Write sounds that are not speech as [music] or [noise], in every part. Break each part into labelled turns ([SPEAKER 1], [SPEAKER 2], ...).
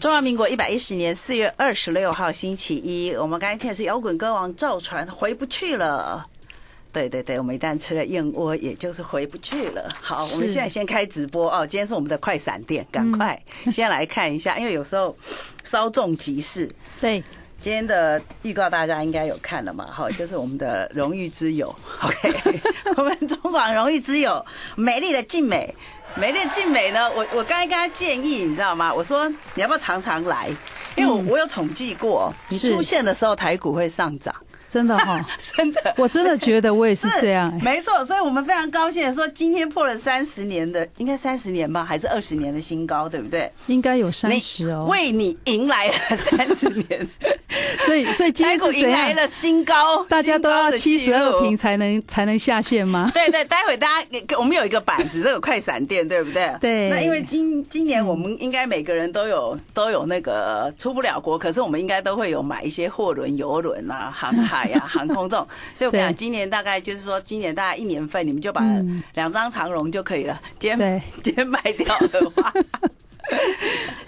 [SPEAKER 1] 中华民国一百一十年四月二十六号星期一，我们刚才听的是摇滚歌王赵传《回不去了》。对对对，我们一旦吃了燕窝，也就是回不去了。好，我们现在先开直播哦。今天是我们的快闪店，赶快先来看一下，因为有时候稍纵即逝。
[SPEAKER 2] 对，
[SPEAKER 1] 今天的预告大家应该有看了嘛？哈，就是我们的荣誉之友，OK，我 [laughs] 们中广荣誉之友，美丽的静美，美丽的静美呢，我我刚才跟她建议，你知道吗？我说你要不要常常来？因为我我有统计过，你
[SPEAKER 2] 嗯是
[SPEAKER 1] 出现的时候台股会上涨， [laughs]
[SPEAKER 2] 真的哈、
[SPEAKER 1] 真的。
[SPEAKER 2] 我真的觉得我也是这样、哎
[SPEAKER 1] 没错，所以我们非常高兴的说，今天破了三十年的，应该三十年吧，还是二十年的新高，对不对？
[SPEAKER 2] 应该有
[SPEAKER 1] 你
[SPEAKER 2] 三十哦。
[SPEAKER 1] 为你迎来了三十年，
[SPEAKER 2] 所以，所以今
[SPEAKER 1] 台
[SPEAKER 2] 天
[SPEAKER 1] 股
[SPEAKER 2] 是
[SPEAKER 1] 迎
[SPEAKER 2] 怎
[SPEAKER 1] 来
[SPEAKER 2] 样？
[SPEAKER 1] 了新高，
[SPEAKER 2] 大家都要七十二
[SPEAKER 1] 平。
[SPEAKER 2] 平才能才能下线吗？
[SPEAKER 1] [laughs] 对对，待会大家给给我们有一个板子，这个快闪店，对不对？
[SPEAKER 2] [laughs] 对
[SPEAKER 1] 那因为今今年我们应该每个人都有都有那个出不了国，可是我们应该都会有买一些货轮、游轮啊、航海啊、航空这种。所以我跟你讲，
[SPEAKER 2] 对
[SPEAKER 1] 今年大概就是说，今年大概一年份，你们就把
[SPEAKER 2] 嗯
[SPEAKER 1] 两张长荣就可以了。今天
[SPEAKER 2] 对
[SPEAKER 1] [laughs] 今天卖掉的话。 [laughs]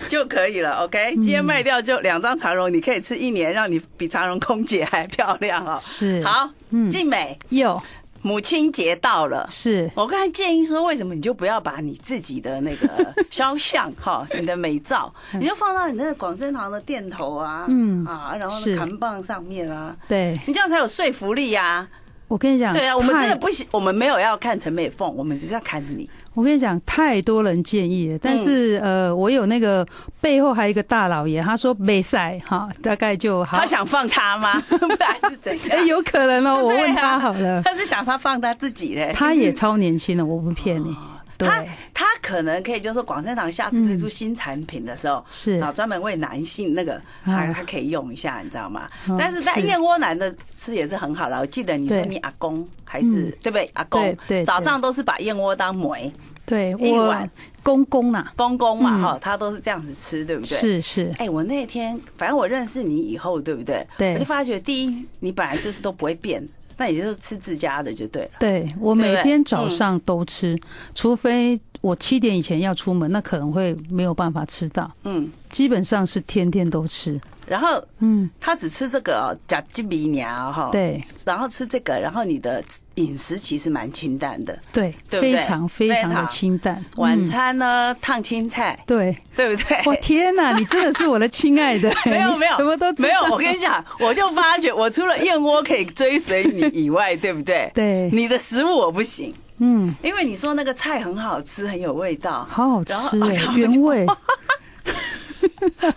[SPEAKER 1] 就可以了，OK。今
[SPEAKER 2] 嗯
[SPEAKER 1] 天卖掉就两张长荣，你可以吃一年，让你比长荣空姐还漂亮哦。
[SPEAKER 2] 是
[SPEAKER 1] 好，
[SPEAKER 2] 嗯
[SPEAKER 1] 静美，
[SPEAKER 2] 有
[SPEAKER 1] 母亲节到了，
[SPEAKER 2] 是
[SPEAKER 1] 我刚才建议说，为什么你就不要把你自己的那
[SPEAKER 2] [laughs]
[SPEAKER 1] 个肖像哈，你的美照，你就放到你那个广生堂的店头啊，
[SPEAKER 2] 嗯
[SPEAKER 1] 啊，然后那
[SPEAKER 2] 是
[SPEAKER 1] 扛棒上面啊，
[SPEAKER 2] 对，
[SPEAKER 1] 你这样才有说服力呀、
[SPEAKER 2] 我跟你
[SPEAKER 1] 啊。
[SPEAKER 2] 讲，
[SPEAKER 1] 对啊，我们真的
[SPEAKER 2] 嗯太
[SPEAKER 1] 不喜，我们没有要看陈美凤，我们就是要看你。
[SPEAKER 2] 我跟你讲，太多人建议了，但
[SPEAKER 1] 嗯
[SPEAKER 2] 是、呃，我有那个背后还有一个大老爷，他说没赛哈，大概就好
[SPEAKER 1] 他。想放他吗？不然是怎
[SPEAKER 2] [laughs] 哎、
[SPEAKER 1] 样？
[SPEAKER 2] 有可能哦，我
[SPEAKER 1] 对
[SPEAKER 2] 问
[SPEAKER 1] 啊
[SPEAKER 2] 他好
[SPEAKER 1] [laughs]
[SPEAKER 2] 了，
[SPEAKER 1] 他是想他放他自己嘞。
[SPEAKER 2] 他也超年轻的，我不骗你。对，
[SPEAKER 1] [laughs] 他他可能可以，就是说广生堂下次推出新产品的时候，
[SPEAKER 2] 是
[SPEAKER 1] 啊，专门为男性那个，他
[SPEAKER 2] 啊
[SPEAKER 1] 他可以用一下，你知道吗
[SPEAKER 2] 嗯？
[SPEAKER 1] 但是在
[SPEAKER 2] 是
[SPEAKER 1] 燕窝男的吃也是很好啦。我记得你说
[SPEAKER 2] 对嗯
[SPEAKER 1] 你阿公还是对不对？阿公
[SPEAKER 2] 对对
[SPEAKER 1] 早上都是把燕窝当梅
[SPEAKER 2] 对
[SPEAKER 1] 一
[SPEAKER 2] 我
[SPEAKER 1] 碗
[SPEAKER 2] 公公呐、
[SPEAKER 1] 公公嘛
[SPEAKER 2] 嗯
[SPEAKER 1] 哈，他都是这样子吃，对不对？。
[SPEAKER 2] 是是，
[SPEAKER 1] 哎，我那天反正我认识你以后，对不对？
[SPEAKER 2] 对
[SPEAKER 1] 我就发觉第一，你本来就是都不会变，那也就是吃自家的就对了。
[SPEAKER 2] 对
[SPEAKER 1] 对不
[SPEAKER 2] 我每
[SPEAKER 1] 对
[SPEAKER 2] 天早上都吃，
[SPEAKER 1] 嗯
[SPEAKER 2] 除非我七点以前要出门，那可能会没有办法吃到。
[SPEAKER 1] 嗯，
[SPEAKER 2] 基本上是天天都吃。
[SPEAKER 1] 然后
[SPEAKER 2] 嗯，
[SPEAKER 1] 他只吃这个哦假鸡米娘哈，
[SPEAKER 2] 对
[SPEAKER 1] 然后吃这个，然后你的饮食其实蛮清淡的。
[SPEAKER 2] 对，
[SPEAKER 1] 对不
[SPEAKER 2] 非
[SPEAKER 1] 对
[SPEAKER 2] 常非常的清淡。
[SPEAKER 1] 晚
[SPEAKER 2] 嗯、
[SPEAKER 1] 餐呢，烫青菜，
[SPEAKER 2] 对，
[SPEAKER 1] 对不对？ [laughs]
[SPEAKER 2] 哇天哪，你真的是我的亲爱的，
[SPEAKER 1] 没有
[SPEAKER 2] 你
[SPEAKER 1] 没有
[SPEAKER 2] 什么都知道
[SPEAKER 1] 没有，我跟你讲，我就发觉我除了燕窝可以追随你以
[SPEAKER 2] [laughs]
[SPEAKER 1] 外，对不对？
[SPEAKER 2] 对
[SPEAKER 1] 你的食物我不行，
[SPEAKER 2] 嗯，
[SPEAKER 1] 因为你说那个菜很好吃，很有味
[SPEAKER 2] [laughs]
[SPEAKER 1] 道，
[SPEAKER 2] 好好
[SPEAKER 1] 然后
[SPEAKER 2] 吃
[SPEAKER 1] 哦
[SPEAKER 2] 哎、
[SPEAKER 1] 然后
[SPEAKER 2] 原味，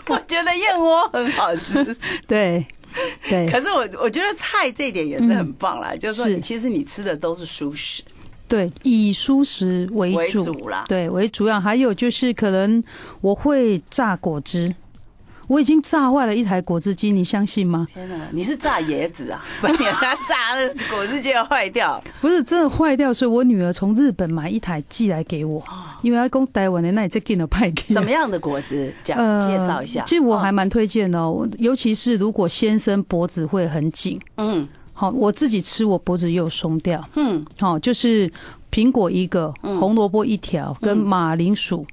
[SPEAKER 1] 我觉得燕窝很好吃，
[SPEAKER 2] [laughs] 对对
[SPEAKER 1] 可是我我觉得菜这一点也是很棒啦，就是说你
[SPEAKER 2] 是
[SPEAKER 1] 其实你吃的都是舒适
[SPEAKER 2] 对，以素食为
[SPEAKER 1] 为
[SPEAKER 2] 主，
[SPEAKER 1] 主啦，
[SPEAKER 2] 对为主要，还有就是可能我会榨果汁。我已经榨坏了一台果汁机，你相信吗？
[SPEAKER 1] 天哪，你是榨椰子啊？ [laughs] 把你它榨那个果汁就要坏掉。
[SPEAKER 2] 不是真的坏掉，所以我女儿从日本买一台寄来给我，因为她讲台湾的那你这给了派给。
[SPEAKER 1] 什么样的果汁？讲、介绍一下。
[SPEAKER 2] 呃其实我还
[SPEAKER 1] 哦
[SPEAKER 2] 蛮推荐的、哦，我尤其是如果先生脖子会很紧，
[SPEAKER 1] 嗯
[SPEAKER 2] 好，我自己吃我脖子又松掉，
[SPEAKER 1] 嗯
[SPEAKER 2] 好，就是苹果一个，
[SPEAKER 1] 嗯
[SPEAKER 2] 红萝卜一条，跟马铃薯。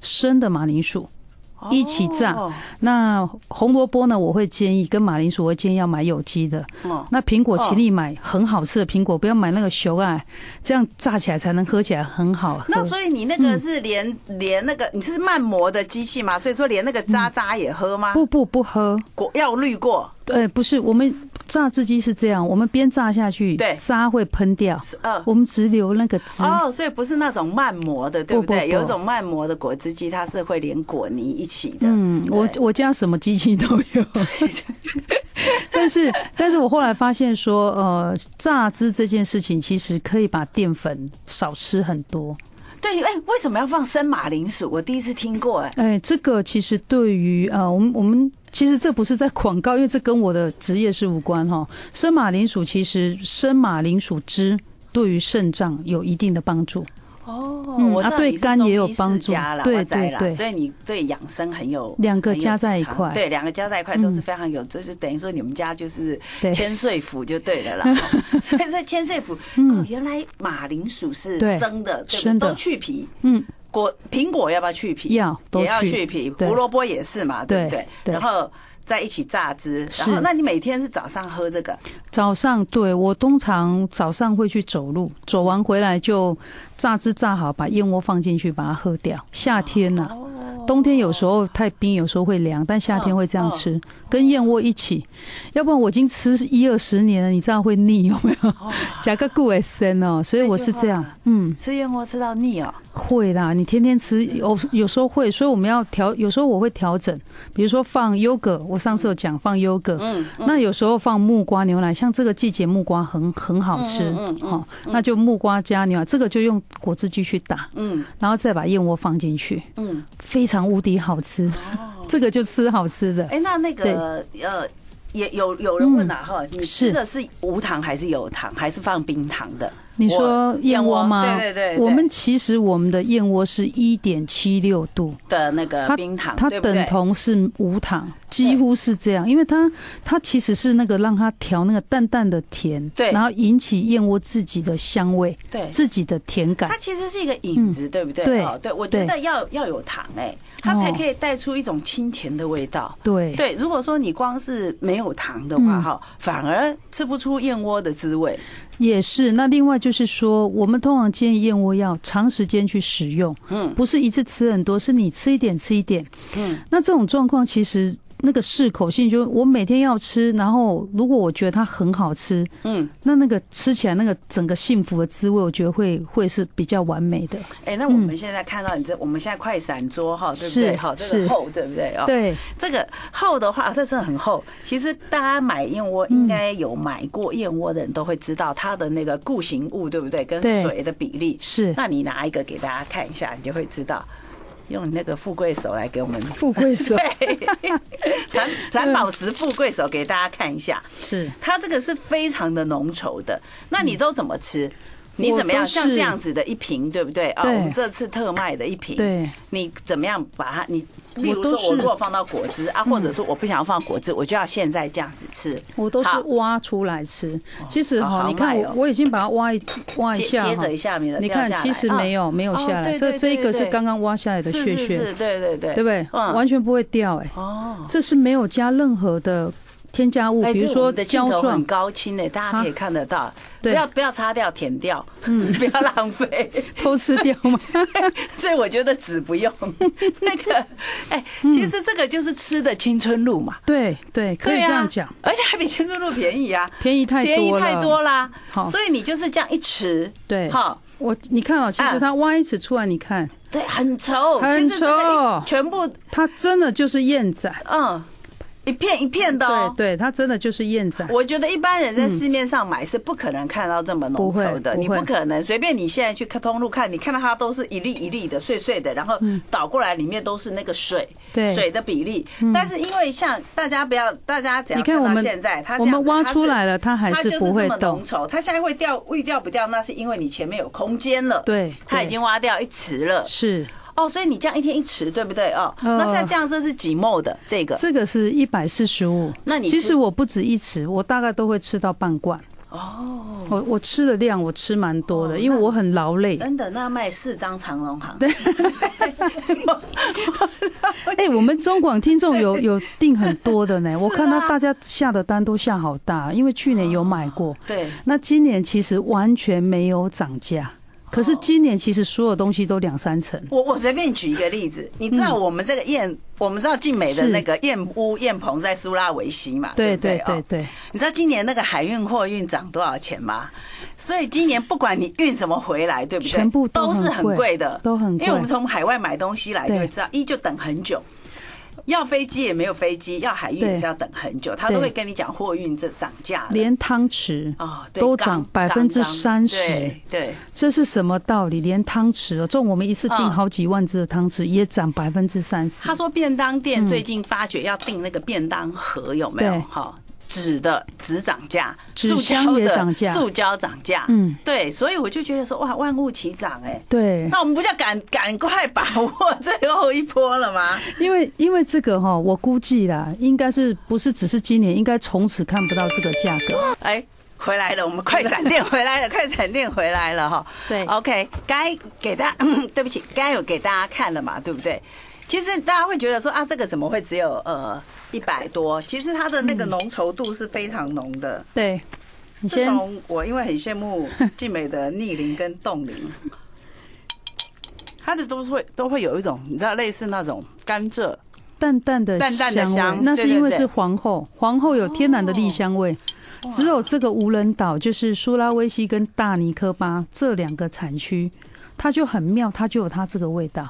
[SPEAKER 2] 生的马铃薯，一起榨
[SPEAKER 1] 哦
[SPEAKER 2] 那红萝卜呢？我会建议跟马铃薯，我会建议要买有机的。
[SPEAKER 1] 哦
[SPEAKER 2] 那苹果，
[SPEAKER 1] 哦
[SPEAKER 2] 请你买很好吃的苹果，不要买那个熟啊，这样榨起来才能喝起来很好喝。
[SPEAKER 1] 那所以你那
[SPEAKER 2] 嗯
[SPEAKER 1] 个是连、连那个你是慢磨的机器吗？所以说连那个渣渣也喝吗？
[SPEAKER 2] 不不不喝，
[SPEAKER 1] 果要滤过，
[SPEAKER 2] 呃，不是，我们榨汁机是这样，我们边榨下去，
[SPEAKER 1] 对
[SPEAKER 2] 渣会喷掉，
[SPEAKER 1] 是呃
[SPEAKER 2] 我们只留那个汁。
[SPEAKER 1] 哦，所以不是那种慢磨的，对不
[SPEAKER 2] 不不
[SPEAKER 1] 对？
[SPEAKER 2] 不
[SPEAKER 1] 有一种慢磨的果汁机，它是会连果泥一起的。
[SPEAKER 2] 嗯，我
[SPEAKER 1] 对
[SPEAKER 2] 我家什么机器都有， [laughs]
[SPEAKER 1] [laughs]
[SPEAKER 2] 但是但是我后来发现说，呃，榨汁这件事情其实可以把淀粉少吃很多。
[SPEAKER 1] 对，哎、为什么要放生马铃薯？我第一次听过、哎，
[SPEAKER 2] 哎，这个其实对于呃，我们我们其实这不是在广告，因为这跟我的职业是无关哈。生马铃薯其实生马铃薯汁对于肾脏有一定的帮助。
[SPEAKER 1] 哦，
[SPEAKER 2] 嗯
[SPEAKER 1] 我知
[SPEAKER 2] 啊
[SPEAKER 1] 道
[SPEAKER 2] 对
[SPEAKER 1] 你是
[SPEAKER 2] 肝
[SPEAKER 1] 中
[SPEAKER 2] 也有
[SPEAKER 1] 医世
[SPEAKER 2] 帮助
[SPEAKER 1] 家啦
[SPEAKER 2] 对
[SPEAKER 1] 我知
[SPEAKER 2] 对
[SPEAKER 1] 啦
[SPEAKER 2] 对
[SPEAKER 1] 所以你对养生很有
[SPEAKER 2] 两个
[SPEAKER 1] 很有
[SPEAKER 2] 加在一
[SPEAKER 1] 长
[SPEAKER 2] 块嗯
[SPEAKER 1] 对，两个加在一块都是非常有，就是等于说你们家就是
[SPEAKER 2] 对
[SPEAKER 1] 千岁府就对了
[SPEAKER 2] [laughs]
[SPEAKER 1] 啦。哦所以这千岁府，哦，原来马铃薯是
[SPEAKER 2] 嗯对
[SPEAKER 1] 生的，对不对
[SPEAKER 2] 生的
[SPEAKER 1] 都去皮，
[SPEAKER 2] 嗯，
[SPEAKER 1] 果苹果要不要去皮？
[SPEAKER 2] 要都
[SPEAKER 1] 也要
[SPEAKER 2] 去
[SPEAKER 1] 去皮，
[SPEAKER 2] 对
[SPEAKER 1] 胡萝卜也是嘛，对不
[SPEAKER 2] 对
[SPEAKER 1] 对？
[SPEAKER 2] 对
[SPEAKER 1] 然后在一起榨汁，然后
[SPEAKER 2] 是
[SPEAKER 1] 那你每天是早上喝这个，
[SPEAKER 2] 早上对我通常早上会去走路，走完回来就榨汁榨好，把燕窝放进去，把它喝掉。夏天呐、
[SPEAKER 1] 哦
[SPEAKER 2] 冬天有时候太冰，有时候会凉，但夏天会这样
[SPEAKER 1] 哦
[SPEAKER 2] 吃，跟燕窝一起。要不然我已经吃一二十年了，你这样会腻有没有？
[SPEAKER 1] 哦
[SPEAKER 2] [laughs] 加个固维生哦，所以我是这样
[SPEAKER 1] 那就好，
[SPEAKER 2] 嗯，
[SPEAKER 1] 吃燕窝吃到腻哦。
[SPEAKER 2] 会啦。你天天吃，有有时候会，所以我们要调，有时候我会调整，比如说放优格，我上次有讲放优格，
[SPEAKER 1] 嗯，嗯
[SPEAKER 2] 那有时候放木瓜牛奶，像这个季节木瓜很很好吃，
[SPEAKER 1] 嗯嗯嗯嗯
[SPEAKER 2] 哦，那就木瓜加牛奶，这个就用果汁机去打，
[SPEAKER 1] 嗯
[SPEAKER 2] 然后再把燕窝放进去，
[SPEAKER 1] 嗯，
[SPEAKER 2] 非常无敌好吃， [laughs] 这个就吃好吃的。
[SPEAKER 1] 哦哎，那那个呃，也有有人问啊哈，你吃
[SPEAKER 2] 嗯是
[SPEAKER 1] 的是无糖还是有糖，还是放冰糖的？
[SPEAKER 2] 你说燕窝吗？
[SPEAKER 1] 对对对，
[SPEAKER 2] 我们其实我们的燕窝是一点七六度，
[SPEAKER 1] 的那个
[SPEAKER 2] 它
[SPEAKER 1] 冰糖，
[SPEAKER 2] 它
[SPEAKER 1] 啊对不
[SPEAKER 2] 等
[SPEAKER 1] 对？
[SPEAKER 2] 同是无糖，几乎是这样，因为它它其实是那个让它调那个淡淡的甜，
[SPEAKER 1] 对
[SPEAKER 2] 然后引起燕窝自己的香味，
[SPEAKER 1] 对，
[SPEAKER 2] 自己的甜感
[SPEAKER 1] 它。其实是一个引子，对不对？
[SPEAKER 2] 对
[SPEAKER 1] 哦对，我觉得要要有糖哎、它才可以带出一种清甜的味道。
[SPEAKER 2] 对，
[SPEAKER 1] 对，如果说你光是没有糖的
[SPEAKER 2] 嗯
[SPEAKER 1] 话，哈、反而吃不出燕窝的滋味。
[SPEAKER 2] 也是。那另外就是说，我们通常建议燕窝要长时间去使用，
[SPEAKER 1] 嗯
[SPEAKER 2] 不是一次吃很多，是你吃一点吃一点。
[SPEAKER 1] 嗯，
[SPEAKER 2] 那这种状况其实。那个适口性，就是我每天要吃，然后如果我觉得它很好吃，
[SPEAKER 1] 嗯，
[SPEAKER 2] 那那个吃起来那个整个幸福的滋味，我觉得会会是比较完美的。
[SPEAKER 1] 哎、那我们现在看到你这，我们现在快闪桌哈，对不
[SPEAKER 2] 嗯是
[SPEAKER 1] 对？哈，这
[SPEAKER 2] 是
[SPEAKER 1] 个厚，对不对？哦，
[SPEAKER 2] 对，
[SPEAKER 1] 这个厚的话，这真的很厚。其实大家买燕窝，
[SPEAKER 2] 嗯
[SPEAKER 1] 应该有买过燕窝的人都会知道它的那个固形物，对不对？跟
[SPEAKER 2] 对
[SPEAKER 1] 水的比例。
[SPEAKER 2] 是
[SPEAKER 1] 那你拿一个给大家看一下，你就会知道。用你那个富贵手来给我
[SPEAKER 2] [laughs]
[SPEAKER 1] 们
[SPEAKER 2] 富贵手
[SPEAKER 1] 对，
[SPEAKER 2] [laughs] 嗯
[SPEAKER 1] 蓝蓝宝石富贵手给大家看一下， [laughs]
[SPEAKER 2] 是
[SPEAKER 1] 它这个是非常的浓稠的。那你都怎么
[SPEAKER 2] 嗯
[SPEAKER 1] 吃？你怎么样？
[SPEAKER 2] 我都是
[SPEAKER 1] 像这样子的一瓶，对不对？啊，
[SPEAKER 2] 对
[SPEAKER 1] 我们这次特卖的一瓶，
[SPEAKER 2] 对，
[SPEAKER 1] 你怎么样把它？你例如
[SPEAKER 2] 我
[SPEAKER 1] 说，
[SPEAKER 2] 都是嗯
[SPEAKER 1] 我如果放到果汁啊，或者说我不想要放果汁，我就要现在这样子吃。
[SPEAKER 2] 我都
[SPEAKER 1] 好
[SPEAKER 2] 是挖出来吃。其实
[SPEAKER 1] 好
[SPEAKER 2] 哈，
[SPEAKER 1] 好
[SPEAKER 2] 你看
[SPEAKER 1] 卖哦
[SPEAKER 2] 我我已经把它挖一挖一
[SPEAKER 1] 接
[SPEAKER 2] 下哈，
[SPEAKER 1] 接着一下，免得
[SPEAKER 2] 你
[SPEAKER 1] 掉
[SPEAKER 2] 看
[SPEAKER 1] 下，来
[SPEAKER 2] 其实没有、没有
[SPEAKER 1] 哦
[SPEAKER 2] 下来，
[SPEAKER 1] 对对
[SPEAKER 2] 这这一
[SPEAKER 1] 对
[SPEAKER 2] 个是
[SPEAKER 1] 对
[SPEAKER 2] 刚刚挖下
[SPEAKER 1] 嗯
[SPEAKER 2] 来的
[SPEAKER 1] 是
[SPEAKER 2] 血
[SPEAKER 1] 是
[SPEAKER 2] 血，
[SPEAKER 1] 是，对对对，
[SPEAKER 2] 对不对？
[SPEAKER 1] 嗯
[SPEAKER 2] 完全不会掉、哎，
[SPEAKER 1] 哦。
[SPEAKER 2] 这是没有加任何的添加物，
[SPEAKER 1] 哎
[SPEAKER 2] 比如
[SPEAKER 1] 对我
[SPEAKER 2] 说
[SPEAKER 1] 们的镜
[SPEAKER 2] 胶
[SPEAKER 1] 头很
[SPEAKER 2] 状，啊
[SPEAKER 1] 高清的，大家可以看得到。不
[SPEAKER 2] 对
[SPEAKER 1] 要不要擦掉，舔掉，嗯， [laughs] 不要浪费。 [laughs]
[SPEAKER 2] 偷吃掉吗？
[SPEAKER 1] 所以我觉得纸不用 [laughs] 那个，哎，
[SPEAKER 2] 嗯
[SPEAKER 1] 其实这个就是吃的青春露嘛，
[SPEAKER 2] [laughs] 对对，可以
[SPEAKER 1] 对啊
[SPEAKER 2] 这样讲，，
[SPEAKER 1] 而且还比青春露便宜啊，
[SPEAKER 2] 便宜 [laughs] 太多了，
[SPEAKER 1] 便宜太多啦。
[SPEAKER 2] 好
[SPEAKER 1] 所以你就是这样一吃，
[SPEAKER 2] 对，
[SPEAKER 1] 哈，
[SPEAKER 2] 我你看哦，其
[SPEAKER 1] 啊
[SPEAKER 2] 实它挖一尺出来，你看
[SPEAKER 1] 对，很稠，
[SPEAKER 2] 很
[SPEAKER 1] 其实这个
[SPEAKER 2] 稠
[SPEAKER 1] 一全部
[SPEAKER 2] 它真的就是燕仔，
[SPEAKER 1] 嗯，一片一片的哦
[SPEAKER 2] 对。对，它真的就是燕
[SPEAKER 1] [laughs]
[SPEAKER 2] 仔。
[SPEAKER 1] 我觉得一般人在市面上买是不可能看到这么浓稠的，
[SPEAKER 2] 不会
[SPEAKER 1] 你
[SPEAKER 2] 不会
[SPEAKER 1] 不可能随便你现在去看通路看，你看到它都是一粒一粒的碎碎的，然后倒过来里面都是那个水，
[SPEAKER 2] 对嗯
[SPEAKER 1] 水的比例。但是因为像大家不要，大家只要
[SPEAKER 2] 你看我
[SPEAKER 1] 到
[SPEAKER 2] 们
[SPEAKER 1] 现在，它这
[SPEAKER 2] 我
[SPEAKER 1] 样
[SPEAKER 2] 们
[SPEAKER 1] 子
[SPEAKER 2] 挖
[SPEAKER 1] 它
[SPEAKER 2] 出
[SPEAKER 1] 是
[SPEAKER 2] 来了，它还
[SPEAKER 1] 它就是是
[SPEAKER 2] 不会
[SPEAKER 1] 这么
[SPEAKER 2] 动
[SPEAKER 1] 浓。稠，它现在会掉，会掉不掉，那是因为你前面有空间了，
[SPEAKER 2] 对
[SPEAKER 1] 它已
[SPEAKER 2] 对
[SPEAKER 1] 经挖掉一池了，
[SPEAKER 2] 是
[SPEAKER 1] 哦，所以你这样一天一池，对不对？哦，
[SPEAKER 2] 呃
[SPEAKER 1] 那现在这样这是几亩的这个？
[SPEAKER 2] 这个是一百四十五。
[SPEAKER 1] 那你
[SPEAKER 2] 其
[SPEAKER 1] 吃
[SPEAKER 2] 实我不止一匙，我大概都会吃到半罐。
[SPEAKER 1] 哦，
[SPEAKER 2] 我我吃的量我吃蛮多
[SPEAKER 1] 哦
[SPEAKER 2] 的，因为
[SPEAKER 1] 那
[SPEAKER 2] 我很劳累。
[SPEAKER 1] 真的，那要卖四张长隆行。对，
[SPEAKER 2] 哎、我们中广听
[SPEAKER 1] [laughs]
[SPEAKER 2] 众有有订很多的呢，我看到
[SPEAKER 1] 啊
[SPEAKER 2] 大家下的单都下好大，因为去年有买过，
[SPEAKER 1] [laughs] 对，
[SPEAKER 2] 那今年其实完全没有涨价，可是今年其实所有东西都两三成。
[SPEAKER 1] 我我随便举一个例子，你知道我们这个燕，我们知道静美的
[SPEAKER 2] 嗯是
[SPEAKER 1] 那个燕屋燕棚在苏拉维西嘛，
[SPEAKER 2] 对
[SPEAKER 1] 不对
[SPEAKER 2] 对对
[SPEAKER 1] 哦
[SPEAKER 2] 对，
[SPEAKER 1] 你知道今年那个海运货运涨多少钱吗？所以今年不管你运什么回来，对不对？
[SPEAKER 2] 全部都
[SPEAKER 1] 都是
[SPEAKER 2] 很贵
[SPEAKER 1] 很贵的，
[SPEAKER 2] 都很
[SPEAKER 1] 因
[SPEAKER 2] 贵
[SPEAKER 1] 为我们从海外买东西来就
[SPEAKER 2] 对
[SPEAKER 1] 会知道，一就等很久。要飞机也没有飞机，要海运也
[SPEAKER 2] 对
[SPEAKER 1] 是要等很久，他
[SPEAKER 2] 对
[SPEAKER 1] 都会跟你讲货运这涨价了
[SPEAKER 2] 连汤匙
[SPEAKER 1] 哦对
[SPEAKER 2] 都
[SPEAKER 1] 刚
[SPEAKER 2] 涨百
[SPEAKER 1] 刚
[SPEAKER 2] 分之
[SPEAKER 1] 刚
[SPEAKER 2] 三十嗯
[SPEAKER 1] 对，对，
[SPEAKER 2] 这是什么道理？连汤匙哦，这种我们一次订
[SPEAKER 1] 嗯
[SPEAKER 2] 好几万只的汤匙也涨百分之三十
[SPEAKER 1] 他。说便当店最近发觉要订那个便当盒，有没有
[SPEAKER 2] 嗯对？
[SPEAKER 1] 哈，纸的纸涨价，
[SPEAKER 2] 纸
[SPEAKER 1] 塑胶
[SPEAKER 2] 箱也
[SPEAKER 1] 的
[SPEAKER 2] 涨价
[SPEAKER 1] 塑胶涨价，
[SPEAKER 2] 嗯，
[SPEAKER 1] 对，所以我就觉得说哇，万物齐涨哎。
[SPEAKER 2] 对，
[SPEAKER 1] 那我们不就赶赶快把握 [laughs] 最后一波了吗？
[SPEAKER 2] 因为因为这个哈、我估计啦，应该是不是只是今年，应该从此看不到这个价格。
[SPEAKER 1] 哎，回来了，我们快闪电回来了，快闪电回来了哈。
[SPEAKER 3] 对
[SPEAKER 1] OK，该给大 [coughs] 对不起，该有给大家看了嘛，对不对？其实大家会觉得说啊，这个怎么会只有呃一百多？其实它的那个浓稠度是非常浓的。
[SPEAKER 2] 对，你
[SPEAKER 1] 自
[SPEAKER 2] 先
[SPEAKER 1] 从我因为很羡慕静美的逆龄跟冻龄，它的都会都会有一种你知道类似那种甘蔗，
[SPEAKER 2] 淡淡的
[SPEAKER 1] 淡淡的
[SPEAKER 2] 香味
[SPEAKER 1] 香
[SPEAKER 2] 那是
[SPEAKER 1] 对对
[SPEAKER 2] 因为
[SPEAKER 1] 对哦
[SPEAKER 2] 是皇后，皇后有天然的丽香味。只有这个无人岛，就是苏拉威西跟大尼科巴这两个产区，它就很妙，它就有它这个味道。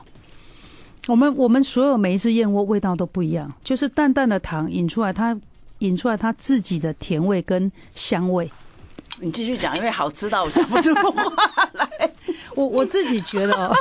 [SPEAKER 2] 我们我们所有每一次燕窝味道都不一样，就是淡淡的糖引出来它。引出来它自己的甜味跟香味，
[SPEAKER 1] 你继续讲，因为好吃到我讲不出话来。
[SPEAKER 2] 我我自己觉得哦，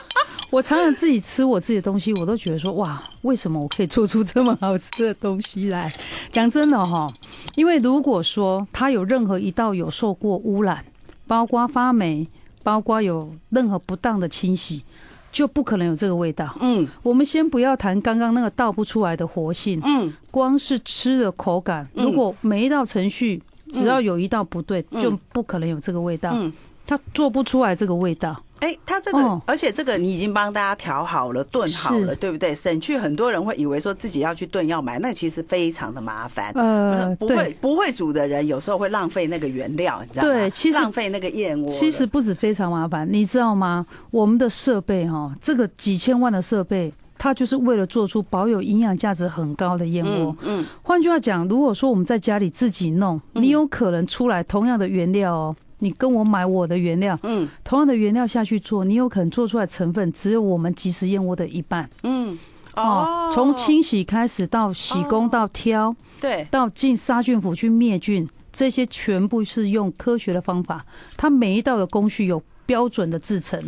[SPEAKER 2] 我常常自己吃我自己的东西，我都觉得说哇，为什么我可以做出这么好吃的东西来？讲真的哈、因为如果说它有任何一道有受过污染，包括发霉，包括有任何不当的清洗，就不可能有这个味道。
[SPEAKER 1] 嗯
[SPEAKER 2] 我们先不要谈刚刚那个倒不出来的活性，
[SPEAKER 1] 嗯，
[SPEAKER 2] 光是吃的口感，
[SPEAKER 1] 嗯
[SPEAKER 2] 如果每一道程序只要有一道不对，
[SPEAKER 1] 嗯
[SPEAKER 2] 就不可能有这个味道
[SPEAKER 1] 嗯。
[SPEAKER 2] 它做不出来这个味道。
[SPEAKER 1] 哎、它这个，
[SPEAKER 2] 哦
[SPEAKER 1] 而且这个你已经帮大家调好了、炖好了，
[SPEAKER 2] 是
[SPEAKER 1] 对不对？省去很多人会以为说自己要去炖要买，那其实非常的麻烦。 [laughs]
[SPEAKER 2] 呃，
[SPEAKER 1] 不
[SPEAKER 2] 对
[SPEAKER 1] 会，不会煮的人有时候会浪费那个原料，你知道吗？
[SPEAKER 2] 对其实
[SPEAKER 1] 浪费那个燕窝了。
[SPEAKER 2] 其实不止非常麻烦，你知道吗？我们的设备哈、这个几千万的设备，它就是为了做出保有营养价值很高的燕窝
[SPEAKER 1] 嗯。嗯
[SPEAKER 2] 换、句话讲，如果说我们在家里自己弄，
[SPEAKER 1] 嗯
[SPEAKER 2] 你有可能出来同样的原料哦，你跟我买我的原料，
[SPEAKER 1] 嗯
[SPEAKER 2] 同样的原料下去做，你有可能做出来成分只有我们即食燕窝的一半
[SPEAKER 1] 嗯，哦，
[SPEAKER 2] 从清洗开始到洗工
[SPEAKER 1] 哦
[SPEAKER 2] 到挑，
[SPEAKER 1] 对
[SPEAKER 2] 到进杀菌釜去灭菌，这些全部是用科学的方法，它每一道的工序有标准的制成，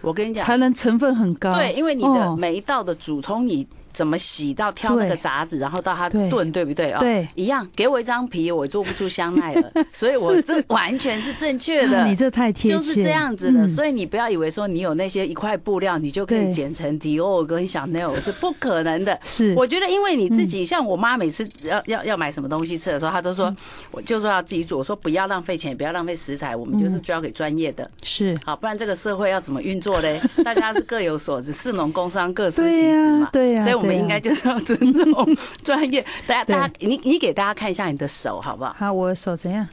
[SPEAKER 1] 我跟你讲，
[SPEAKER 2] 才能成分很高。
[SPEAKER 1] 对，因为你的
[SPEAKER 2] 哦
[SPEAKER 1] 每一道的煮，从你怎么洗到挑那个
[SPEAKER 2] 对
[SPEAKER 1] 杂质，然后到它
[SPEAKER 2] 对
[SPEAKER 1] 炖，对不对啊？
[SPEAKER 2] 对
[SPEAKER 1] 一样，给我一张皮，我做不出香奈儿，
[SPEAKER 2] [laughs]
[SPEAKER 1] 所以我
[SPEAKER 2] 是
[SPEAKER 1] 这完全是正确的。
[SPEAKER 2] [laughs] 啊你这太贴切，
[SPEAKER 1] 就是这样子的，
[SPEAKER 2] 嗯
[SPEAKER 1] 所以你不要以为说你有那些一块布料，你就可以
[SPEAKER 2] 对
[SPEAKER 1] 剪成迪奥跟香奈儿是不可能的。
[SPEAKER 2] 是嗯
[SPEAKER 1] 我觉得，因为你自己，像我妈每次要要要买什么东西吃的时候，她都说，我就说要自己煮。我说不要浪费钱，不要浪费食材，我们
[SPEAKER 2] 嗯
[SPEAKER 1] 就是交给专业的，
[SPEAKER 2] 是，
[SPEAKER 1] 好，不然这个社会要怎么运作
[SPEAKER 2] [laughs]
[SPEAKER 1] 嘞？大家是各有所职，士农工商各司其
[SPEAKER 2] 对
[SPEAKER 1] 职
[SPEAKER 2] 呀
[SPEAKER 1] 嘛，。
[SPEAKER 2] 对呀，
[SPEAKER 1] 所以我们
[SPEAKER 2] 对呀
[SPEAKER 1] 应该就是要尊重专业。 [laughs] 大家，大家，你你给大家看一下你的手好不好？
[SPEAKER 2] 好，我的手怎样？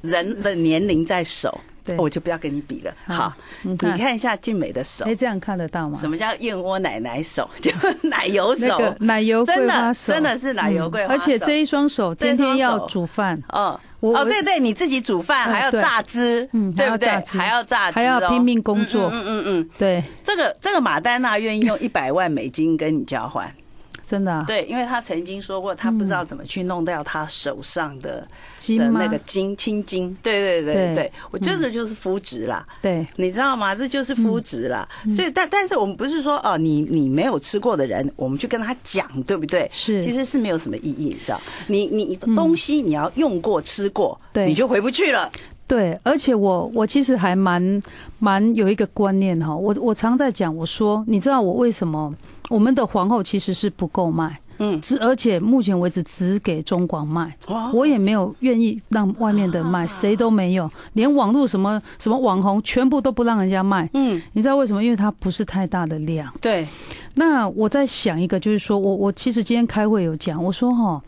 [SPEAKER 1] 人的年龄在手，哦
[SPEAKER 2] 对，
[SPEAKER 1] 我就不要跟你比了。
[SPEAKER 2] 好
[SPEAKER 1] 好，
[SPEAKER 2] 你
[SPEAKER 1] 你，看一下静美的手
[SPEAKER 2] 嗯哎、，这样看得到吗？
[SPEAKER 1] 什么叫燕窝奶奶手？ [laughs] 就奶油
[SPEAKER 2] 那
[SPEAKER 1] 手，
[SPEAKER 2] 个奶油
[SPEAKER 1] 真
[SPEAKER 2] 桂
[SPEAKER 1] 的
[SPEAKER 2] 花手，嗯
[SPEAKER 1] 真的是奶油桂花手。
[SPEAKER 2] 而且这一双手
[SPEAKER 1] 这一
[SPEAKER 2] 天
[SPEAKER 1] 双
[SPEAKER 2] 天要
[SPEAKER 1] 手
[SPEAKER 2] 煮饭，
[SPEAKER 1] 哦
[SPEAKER 2] 我
[SPEAKER 1] 哦
[SPEAKER 2] 我
[SPEAKER 1] 对对，你自己煮饭
[SPEAKER 2] 嗯
[SPEAKER 1] 还要
[SPEAKER 2] 对
[SPEAKER 1] 榨汁，
[SPEAKER 2] 嗯
[SPEAKER 1] 对不对
[SPEAKER 2] 还要榨？汁
[SPEAKER 1] 还要榨汁哦，
[SPEAKER 2] 还要拼命工作
[SPEAKER 1] 嗯嗯嗯嗯，
[SPEAKER 2] 对，
[SPEAKER 1] 这个这个马丹娜愿意用一百万美金跟你交换， [laughs]
[SPEAKER 2] 真的、啊，
[SPEAKER 1] 对，因为她曾经说过，她不知道怎么去弄掉她手上的
[SPEAKER 2] 金
[SPEAKER 1] 的
[SPEAKER 2] 吗？
[SPEAKER 1] 那个金青筋。对对对
[SPEAKER 2] 对嗯
[SPEAKER 1] 对，我觉得这就是肤质啦。
[SPEAKER 2] 对，
[SPEAKER 1] 你知道吗？这
[SPEAKER 2] 嗯
[SPEAKER 1] 就是肤质啦。所以，但但是我们不是说哦，你你没有吃过的人，我们去跟他讲，对不对？
[SPEAKER 2] 是嗯
[SPEAKER 1] 其实是没有什么意义，你知道？你你东西你要用过、吃过，
[SPEAKER 2] 对
[SPEAKER 1] 你就回不去了。
[SPEAKER 2] 对，而且我我其实还蛮蛮有一个观念哈，我我常在讲，我说你知道我为什么我们的皇后其实是不购买，
[SPEAKER 1] 嗯
[SPEAKER 2] 只而且目前为止只给中广卖，
[SPEAKER 1] 哦，
[SPEAKER 2] 我也没有愿意让外面的卖，谁都没有，连网络什么什么网红全部都不让人家卖，
[SPEAKER 1] 嗯，
[SPEAKER 2] 你知道为什么？因为它不是太大的量。
[SPEAKER 1] 对，
[SPEAKER 2] 那我在想一个，就是说我我其实今天开会有讲，我说哈，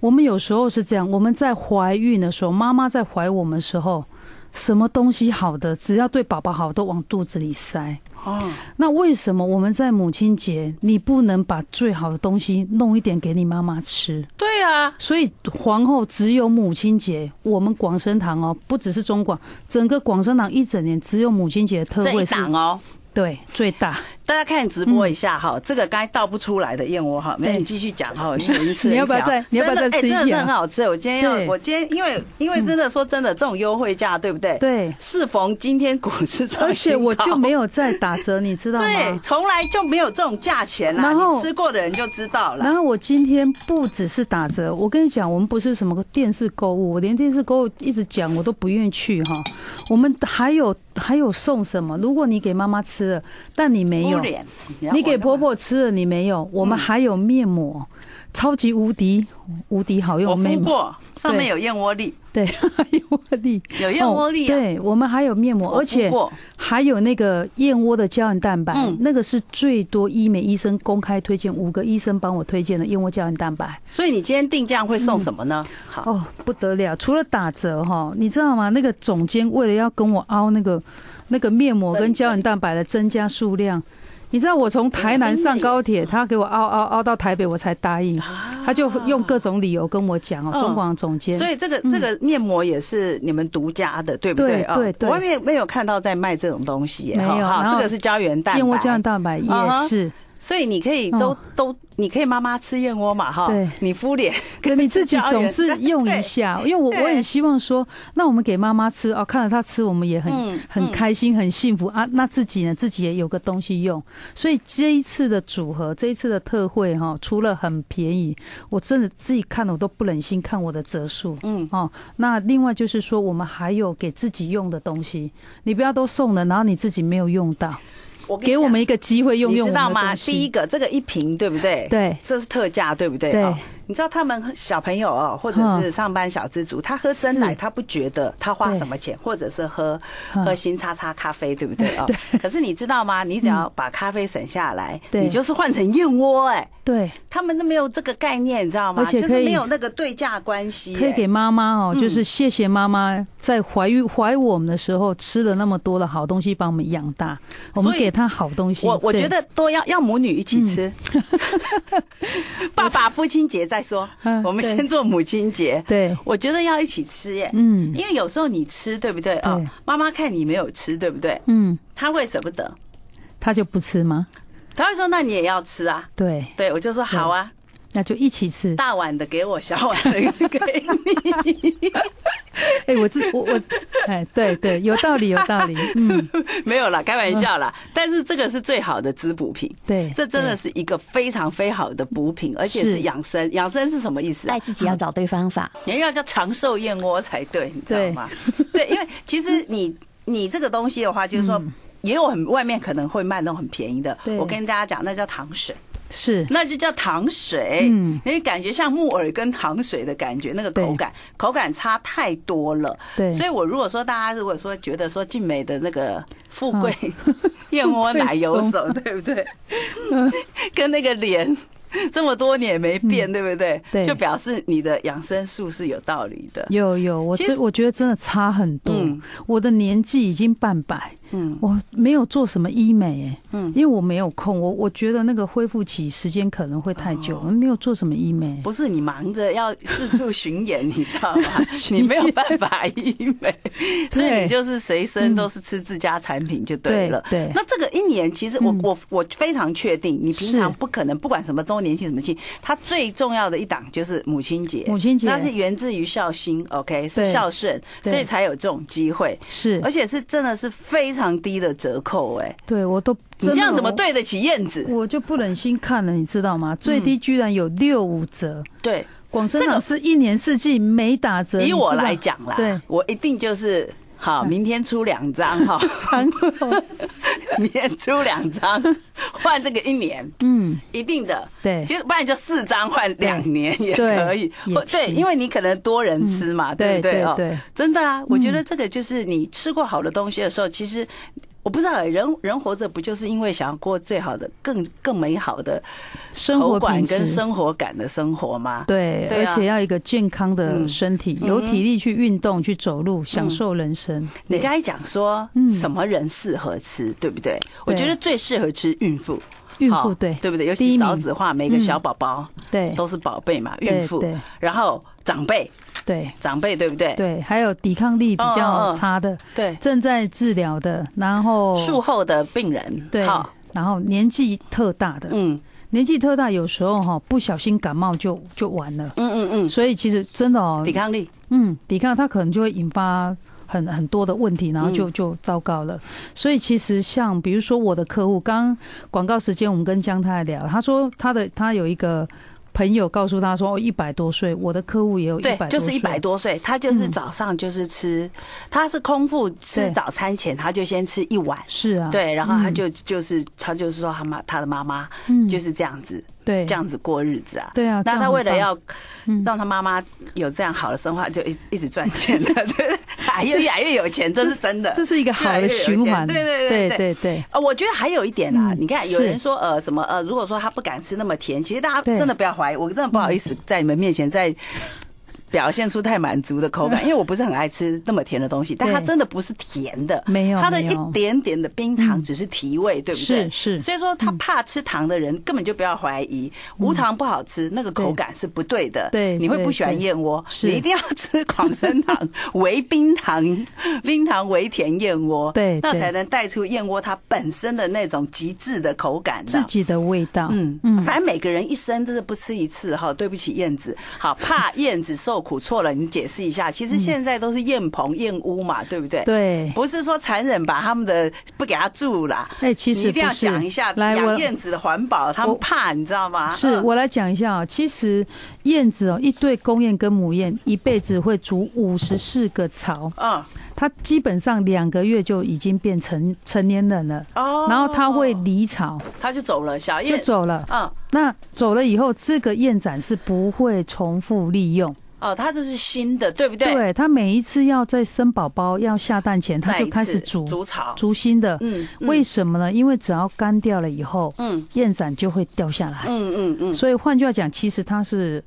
[SPEAKER 2] 我们有时候是这样，我们在怀孕的时候，妈妈在怀我们的时候，什么东西好的，只要对宝宝好，都往肚子里塞。
[SPEAKER 1] 哦，
[SPEAKER 2] 那为什么我们在母亲节，你不能把最好的东西弄一点给你妈妈吃？
[SPEAKER 1] 对啊，
[SPEAKER 2] 所以皇后只有母亲节，我们广生堂哦，不只是中广，整个广生堂一整年只有母亲节特
[SPEAKER 1] 这
[SPEAKER 2] 惠
[SPEAKER 1] 一
[SPEAKER 2] 嗯是
[SPEAKER 1] 档哦。
[SPEAKER 2] 对最大。
[SPEAKER 1] 大家看直播一下
[SPEAKER 2] 嗯
[SPEAKER 1] 哈，这个该倒不出来的燕窝哈，没有你继续讲哈，因为我已经吃
[SPEAKER 2] [laughs]
[SPEAKER 1] 了
[SPEAKER 2] 你要不要
[SPEAKER 1] 一条
[SPEAKER 2] 再你要不要
[SPEAKER 1] 真的
[SPEAKER 2] 再吃一
[SPEAKER 1] 哎真的是
[SPEAKER 2] 条
[SPEAKER 1] 很好吃。我今天要
[SPEAKER 2] 对，
[SPEAKER 1] 我今天因为因为真的说真的，这种优惠价对不对？。
[SPEAKER 2] 对，
[SPEAKER 1] 适逢今天股市创
[SPEAKER 2] 而且
[SPEAKER 1] 新
[SPEAKER 2] 我
[SPEAKER 1] 高
[SPEAKER 2] 就没有再打折，你知道
[SPEAKER 1] 对，
[SPEAKER 2] 吗？
[SPEAKER 1] 从来就没有这种价钱啦。
[SPEAKER 2] 然后
[SPEAKER 1] 你吃过的人就知道了。
[SPEAKER 2] 然后我今天不只是打折，我跟你讲，我们不是什么电视购物，我连电视购物一直讲我都不愿意去哈。我们还有还有送什么？如果你给妈妈
[SPEAKER 1] 哦
[SPEAKER 2] 吃了，但你没有
[SPEAKER 1] 敷，脸，
[SPEAKER 2] 你给婆
[SPEAKER 1] 我嗯
[SPEAKER 2] 婆吃了，你没有，我们还有面膜。超级无敌无敌好
[SPEAKER 1] 我
[SPEAKER 2] 用，妹
[SPEAKER 1] 哦敷
[SPEAKER 2] 膜
[SPEAKER 1] 过，上面有燕窝粒，
[SPEAKER 2] 对， [laughs] 还有力，哦
[SPEAKER 1] 有燕窝粒、啊哦
[SPEAKER 2] 对我们还有面膜，
[SPEAKER 1] 我
[SPEAKER 2] 而且
[SPEAKER 1] 敷过
[SPEAKER 2] 还有那个燕窝的胶原蛋白，
[SPEAKER 1] 嗯
[SPEAKER 2] 那个是最多医美医生公开推荐，五个医生帮我推荐的燕窝胶原蛋白，
[SPEAKER 1] 所以你今天定价会送什么呢？好，
[SPEAKER 2] 哦，不得了！除了打折哈，你知道吗？那个总监为了要跟我凹那个那个面膜跟胶原蛋白的增加数量，你知道我从台南上高铁，他给我凹凹凹到台北，我才答应。嗯他就用各种理由跟我讲哦，
[SPEAKER 1] 嗯
[SPEAKER 2] 中广总监
[SPEAKER 1] 所以这个这个面膜也是你们独家的，对不
[SPEAKER 2] 对
[SPEAKER 1] 啊
[SPEAKER 2] 对，对
[SPEAKER 1] 我外面没有看到在卖这种东西耶，
[SPEAKER 2] 没有
[SPEAKER 1] 哈
[SPEAKER 2] 然
[SPEAKER 1] 哈
[SPEAKER 2] 后
[SPEAKER 1] 这个是胶原蛋
[SPEAKER 2] 燕窝胶
[SPEAKER 1] 白
[SPEAKER 2] 原，蛋白也
[SPEAKER 1] 啊哈
[SPEAKER 2] 是，
[SPEAKER 1] 所以你可以都
[SPEAKER 2] 嗯
[SPEAKER 1] 都，你可以妈妈吃燕窝嘛，哈，
[SPEAKER 2] 对
[SPEAKER 1] 你敷脸，
[SPEAKER 2] 可你自己总
[SPEAKER 1] [laughs]
[SPEAKER 2] 是用一下，因为我
[SPEAKER 1] 对
[SPEAKER 2] 我很希望说，那我们给妈妈吃哦，看着她吃，我们也很
[SPEAKER 1] 嗯
[SPEAKER 2] 很开心、很幸福啊。那自己呢，自己也有个东西用。所以这一次的组合，这一次的特惠哈、除了很便宜，我真的自己看了我都不忍心看我的折数。
[SPEAKER 1] 嗯，
[SPEAKER 2] 哦，那另外就是说，我们还有给自己用的东西，你不要都送了，然后你自己没有用到，
[SPEAKER 1] 我跟你
[SPEAKER 2] 给我
[SPEAKER 1] 讲
[SPEAKER 2] 们一个机会用
[SPEAKER 1] 你
[SPEAKER 2] 用我
[SPEAKER 1] 知
[SPEAKER 2] 们
[SPEAKER 1] 道
[SPEAKER 2] 的
[SPEAKER 1] 吗？
[SPEAKER 2] 东
[SPEAKER 1] 第一
[SPEAKER 2] 西。
[SPEAKER 1] 个，这个一瓶对不对？，
[SPEAKER 2] 对，
[SPEAKER 1] 这是特价对不对？
[SPEAKER 2] 对
[SPEAKER 1] 哦你知道他们小朋友哦，或者是上班小资族，他喝真奶，
[SPEAKER 2] 是
[SPEAKER 1] 他不觉得他花什么钱，或者是喝喝新叉叉咖啡，对不
[SPEAKER 2] [laughs]
[SPEAKER 1] 对啊？哦可是你知道吗？你只要把咖啡省下来，
[SPEAKER 2] 嗯对
[SPEAKER 1] 你就是换成燕窝，哎，
[SPEAKER 2] 对。
[SPEAKER 1] 他们都没有这个概念，你知道吗？
[SPEAKER 2] 而且
[SPEAKER 1] 就
[SPEAKER 2] 可
[SPEAKER 1] 是
[SPEAKER 2] 以
[SPEAKER 1] 没有那个对价关系，
[SPEAKER 2] 可以
[SPEAKER 1] 哎
[SPEAKER 2] 给妈妈哦，
[SPEAKER 1] 嗯
[SPEAKER 2] 就是谢谢妈妈在怀孕怀我们的时候吃了那么多的好东西，把我们养大。我们
[SPEAKER 1] 所以
[SPEAKER 2] 给她好东西。
[SPEAKER 1] 我我
[SPEAKER 2] 对
[SPEAKER 1] 觉得都要要母女一起吃， [laughs]
[SPEAKER 2] [laughs]
[SPEAKER 1] 爸爸父亲节再说，
[SPEAKER 2] 嗯
[SPEAKER 1] 我们
[SPEAKER 2] 对
[SPEAKER 1] 先做母亲节。
[SPEAKER 2] 对，
[SPEAKER 1] 我觉得要一起吃哎耶，
[SPEAKER 2] 嗯
[SPEAKER 1] 因为有时候你吃对不对啊
[SPEAKER 2] 对？
[SPEAKER 1] 妈妈看你没有吃对不对？
[SPEAKER 2] 嗯，
[SPEAKER 1] 她会舍不得，
[SPEAKER 2] 她就不吃吗？
[SPEAKER 1] 她会说那你也要吃啊。
[SPEAKER 2] 对，
[SPEAKER 1] 对，我就说好啊，
[SPEAKER 2] 那就一起
[SPEAKER 1] [laughs]
[SPEAKER 2] 吃。
[SPEAKER 1] 大碗的给我，小碗的给 [laughs] 你，
[SPEAKER 2] 哎，我自我我，哎，对对，有道理有
[SPEAKER 1] [laughs]
[SPEAKER 2] 道理。嗯，
[SPEAKER 1] 没有啦，开玩笑啦。但是这个是最好的滋补品，
[SPEAKER 2] 对，
[SPEAKER 1] 这真的是一个非常非常好的补品，而且是
[SPEAKER 2] 是
[SPEAKER 1] 养生。养生是什么意思啊？
[SPEAKER 3] 爱自己要找对方法。
[SPEAKER 1] [laughs] 你要叫长寿燕窝才对，你知道吗？对，因为其实 [laughs] 你你这个东西的话，就是说。也有很外面可能会卖那种很便宜的，
[SPEAKER 2] 对
[SPEAKER 1] 我跟大家讲，那叫糖水，
[SPEAKER 2] 是
[SPEAKER 1] 那就叫糖水，
[SPEAKER 2] 嗯，
[SPEAKER 1] 因为感觉像木耳跟糖水的感觉，那个口
[SPEAKER 2] 对
[SPEAKER 1] 感口感差太多了，
[SPEAKER 2] 对
[SPEAKER 1] 所以我如果说大家如果说觉得说静美的那个富
[SPEAKER 2] 嗯
[SPEAKER 1] 贵、
[SPEAKER 2] [laughs]
[SPEAKER 1] 燕窝奶油手，对不对？
[SPEAKER 2] 嗯
[SPEAKER 1] 跟那个脸这么多年没变，对不对？
[SPEAKER 2] 嗯对
[SPEAKER 1] 就表示你的养生术是有道理的。
[SPEAKER 2] 有有，我
[SPEAKER 1] 其
[SPEAKER 2] 这
[SPEAKER 1] 实
[SPEAKER 2] 我觉得真的差很多
[SPEAKER 1] 嗯。
[SPEAKER 2] 我的年纪已经半百，
[SPEAKER 1] 嗯
[SPEAKER 2] 我没有做什么医美、哎，
[SPEAKER 1] 嗯
[SPEAKER 2] 嗯，因为我没有空，我我觉得那个恢复期时间可能会太久，
[SPEAKER 1] 哦
[SPEAKER 2] 我没有做什么医美。
[SPEAKER 1] 不是你忙着要四处巡演， [laughs] 你知道
[SPEAKER 2] [laughs]
[SPEAKER 1] 吗？你没有办法医美，所以你就是随身都是吃自家产品就对了。
[SPEAKER 2] 对对
[SPEAKER 1] 那这个一年，其实我、
[SPEAKER 2] 嗯
[SPEAKER 1] 我我非常确定，你平
[SPEAKER 2] 是
[SPEAKER 1] 常不可能不管什么周年庆什么庆，它最重要的一档就是母亲节。
[SPEAKER 2] 母亲节
[SPEAKER 1] 那是源自于孝心，OK，是
[SPEAKER 2] 对
[SPEAKER 1] 孝顺，
[SPEAKER 2] 对
[SPEAKER 1] 所以才有这种机会，
[SPEAKER 2] 是
[SPEAKER 1] 而，且是真的是非常低的折扣、哎，
[SPEAKER 2] 对我都
[SPEAKER 1] 你这样怎么？
[SPEAKER 2] 真的哦
[SPEAKER 1] 对得起燕子？
[SPEAKER 2] 我我就不忍心看了，你知道吗？最低居然有六五折，
[SPEAKER 1] 对。
[SPEAKER 2] 广生
[SPEAKER 1] 这个
[SPEAKER 2] 堂是一年四季没打折。
[SPEAKER 1] 以我
[SPEAKER 2] 你知道
[SPEAKER 1] 来，讲啦，
[SPEAKER 2] 对嗯
[SPEAKER 1] 我一定就是好，明天出两张哈， [laughs]
[SPEAKER 2] 常
[SPEAKER 1] 明天出两张，换这个一年，
[SPEAKER 2] 嗯，
[SPEAKER 1] 一定的。
[SPEAKER 2] 对
[SPEAKER 1] 其实不然就四张换两年也
[SPEAKER 2] 对
[SPEAKER 1] 可以，
[SPEAKER 2] 也
[SPEAKER 1] 或对，
[SPEAKER 2] 是嗯
[SPEAKER 1] 因为你可能多人吃嘛，对不
[SPEAKER 2] 对
[SPEAKER 1] 对哦？
[SPEAKER 2] 对，嗯
[SPEAKER 1] 真的啊，我觉得这个就是你吃过好的东西的时候，其实我不知道欸人人活着不就是因为想要过最好的、更更美好的
[SPEAKER 2] 生
[SPEAKER 1] 口
[SPEAKER 2] 活
[SPEAKER 1] 感
[SPEAKER 2] 品
[SPEAKER 1] 跟
[SPEAKER 2] 质。
[SPEAKER 1] 生活感的生活吗？
[SPEAKER 2] 对，
[SPEAKER 1] 对啊嗯
[SPEAKER 2] 而且要一个健康的身体，有体力去运动、去走路，享受人生。
[SPEAKER 1] 你
[SPEAKER 2] 对
[SPEAKER 1] 刚才讲说
[SPEAKER 2] 嗯
[SPEAKER 1] 什么人适合吃，对不对？我觉得最适合吃孕妇，
[SPEAKER 2] 孕
[SPEAKER 1] 好
[SPEAKER 2] 妇对
[SPEAKER 1] 对不对？尤
[SPEAKER 2] 第
[SPEAKER 1] 其
[SPEAKER 2] 一名嗯
[SPEAKER 1] 少子化，每个小宝宝
[SPEAKER 2] 对
[SPEAKER 1] 都是宝贝嘛，
[SPEAKER 2] 对
[SPEAKER 1] 孕妇
[SPEAKER 2] 对，
[SPEAKER 1] 然后长辈，
[SPEAKER 2] 对
[SPEAKER 1] 长辈对不对？
[SPEAKER 2] 对，还有抵抗力比
[SPEAKER 1] 嗯嗯
[SPEAKER 2] 较
[SPEAKER 1] 哎嗯
[SPEAKER 2] 差的，
[SPEAKER 1] 对，
[SPEAKER 2] 正在治疗的，然后
[SPEAKER 1] 术后的病人，
[SPEAKER 2] 哦对
[SPEAKER 1] 好，，
[SPEAKER 2] 然后年纪特大的，
[SPEAKER 1] 嗯
[SPEAKER 2] 年纪特大有时候哈不小心感冒就就完了，
[SPEAKER 1] 嗯嗯
[SPEAKER 2] 所以其实真的哦
[SPEAKER 1] 嗯，抵，抗力，
[SPEAKER 2] 嗯，抵抗它可能就会引发。很很多的问题，
[SPEAKER 1] 嗯
[SPEAKER 2] 然后就就糟糕了。所以其实像比如说我的客户，刚广告时间我们跟江太太聊，他说他的他有一个朋友告诉他说，哦，一百多岁，我的客户也有一
[SPEAKER 1] 对
[SPEAKER 2] 百多，岁，嗯
[SPEAKER 1] 就是一百多岁，他就是早上就是吃，他是空腹吃
[SPEAKER 2] 对
[SPEAKER 1] 早餐前，他就先吃一碗，
[SPEAKER 2] 是啊，
[SPEAKER 1] 对，然后他
[SPEAKER 2] 嗯
[SPEAKER 1] 就就是他就是说他妈他的妈妈
[SPEAKER 2] 嗯
[SPEAKER 1] 就是这样子
[SPEAKER 2] 对
[SPEAKER 1] 这样子过日子啊。
[SPEAKER 2] 对啊，这
[SPEAKER 1] 那
[SPEAKER 2] 样
[SPEAKER 1] 他
[SPEAKER 2] 很
[SPEAKER 1] 为了
[SPEAKER 2] 棒
[SPEAKER 1] 要
[SPEAKER 2] 嗯
[SPEAKER 1] 让他妈妈有这样好的生活，就一直一直赚钱
[SPEAKER 2] [laughs]
[SPEAKER 1] 了，对，还越越来越有钱，这是真的。
[SPEAKER 2] 这是一个好的循环，
[SPEAKER 1] 对对对
[SPEAKER 2] 对
[SPEAKER 1] 对
[SPEAKER 2] 对对
[SPEAKER 1] 呃，我觉得还有一点啦，
[SPEAKER 2] 嗯
[SPEAKER 1] 你看有人
[SPEAKER 2] 是
[SPEAKER 1] 说呃什么呃，如果说他不敢吃那么甜，其实大家
[SPEAKER 2] 对
[SPEAKER 1] 真的不要怀疑，我真的不好意思在你们面前再表现出太满足的口感，因为我不是很爱吃那么甜的东西，但它
[SPEAKER 2] 嗯对
[SPEAKER 1] 真的不是甜的，
[SPEAKER 2] 没有
[SPEAKER 1] 它的
[SPEAKER 2] 没
[SPEAKER 1] 一
[SPEAKER 2] 有嗯
[SPEAKER 1] 点点的冰糖只是提味，对不对？
[SPEAKER 2] 是是
[SPEAKER 1] 所以说他怕吃糖的人根本就不要怀疑，无糖不好吃，那个口感是不对的，
[SPEAKER 2] 嗯对
[SPEAKER 1] 你会
[SPEAKER 2] 对
[SPEAKER 1] 不喜欢
[SPEAKER 2] 对
[SPEAKER 1] 燕窝，
[SPEAKER 2] 是
[SPEAKER 1] 你一
[SPEAKER 2] [laughs]
[SPEAKER 1] 定要吃广生糖为冰糖，冰糖为甜燕窝，
[SPEAKER 2] 对
[SPEAKER 1] 那
[SPEAKER 2] 对
[SPEAKER 1] 才能带出燕窝它本身的那种极致的口感呢。
[SPEAKER 2] 自己的味道，
[SPEAKER 1] 嗯嗯，
[SPEAKER 2] 啊嗯，
[SPEAKER 1] 反正每个人一生真是不吃一次哈，对不起燕子。好，怕燕子受苦，错了，你解释一下。其实现在都是燕棚、燕屋嘛，对不对？，
[SPEAKER 2] 嗯对。
[SPEAKER 1] 不是说残忍把他们的不给他住啦。
[SPEAKER 2] 哎，其
[SPEAKER 1] 你
[SPEAKER 2] 实
[SPEAKER 1] 一定
[SPEAKER 2] 不
[SPEAKER 1] 要
[SPEAKER 2] 是
[SPEAKER 1] 想一下，
[SPEAKER 2] 来
[SPEAKER 1] 养
[SPEAKER 2] 我
[SPEAKER 1] 燕子的环保，他们
[SPEAKER 2] 我
[SPEAKER 1] 怕，你知道吗？
[SPEAKER 2] 是
[SPEAKER 1] 嗯
[SPEAKER 2] 我来讲一下啊、其实燕子哦，一对公燕跟母燕一辈子会筑五十四个巢，
[SPEAKER 1] 嗯
[SPEAKER 2] 它基本上两个月就已经变成成年人了，
[SPEAKER 1] 哦，
[SPEAKER 2] 然后它会离巢
[SPEAKER 1] 他就走了，小
[SPEAKER 2] 就
[SPEAKER 1] 燕
[SPEAKER 2] 走了。
[SPEAKER 1] 嗯
[SPEAKER 2] 那走了以后，这个燕盏是不会重复利用，
[SPEAKER 1] 哦，它这是新的，对不对？
[SPEAKER 2] 对，它每一次要在生宝宝要下蛋前，它
[SPEAKER 1] 再一
[SPEAKER 2] 就
[SPEAKER 1] 次
[SPEAKER 2] 开始煮
[SPEAKER 1] 筑巢，
[SPEAKER 2] 竹心的。
[SPEAKER 1] 嗯，嗯
[SPEAKER 2] 为什么呢？因为只要干掉了以后，
[SPEAKER 1] 嗯
[SPEAKER 2] 燕盏就会掉下来。
[SPEAKER 1] 嗯嗯嗯，
[SPEAKER 2] 所以换句话讲，其实它是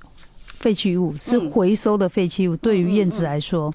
[SPEAKER 2] 废弃物，是
[SPEAKER 1] 嗯
[SPEAKER 2] 回收的废弃物。对于燕子来说，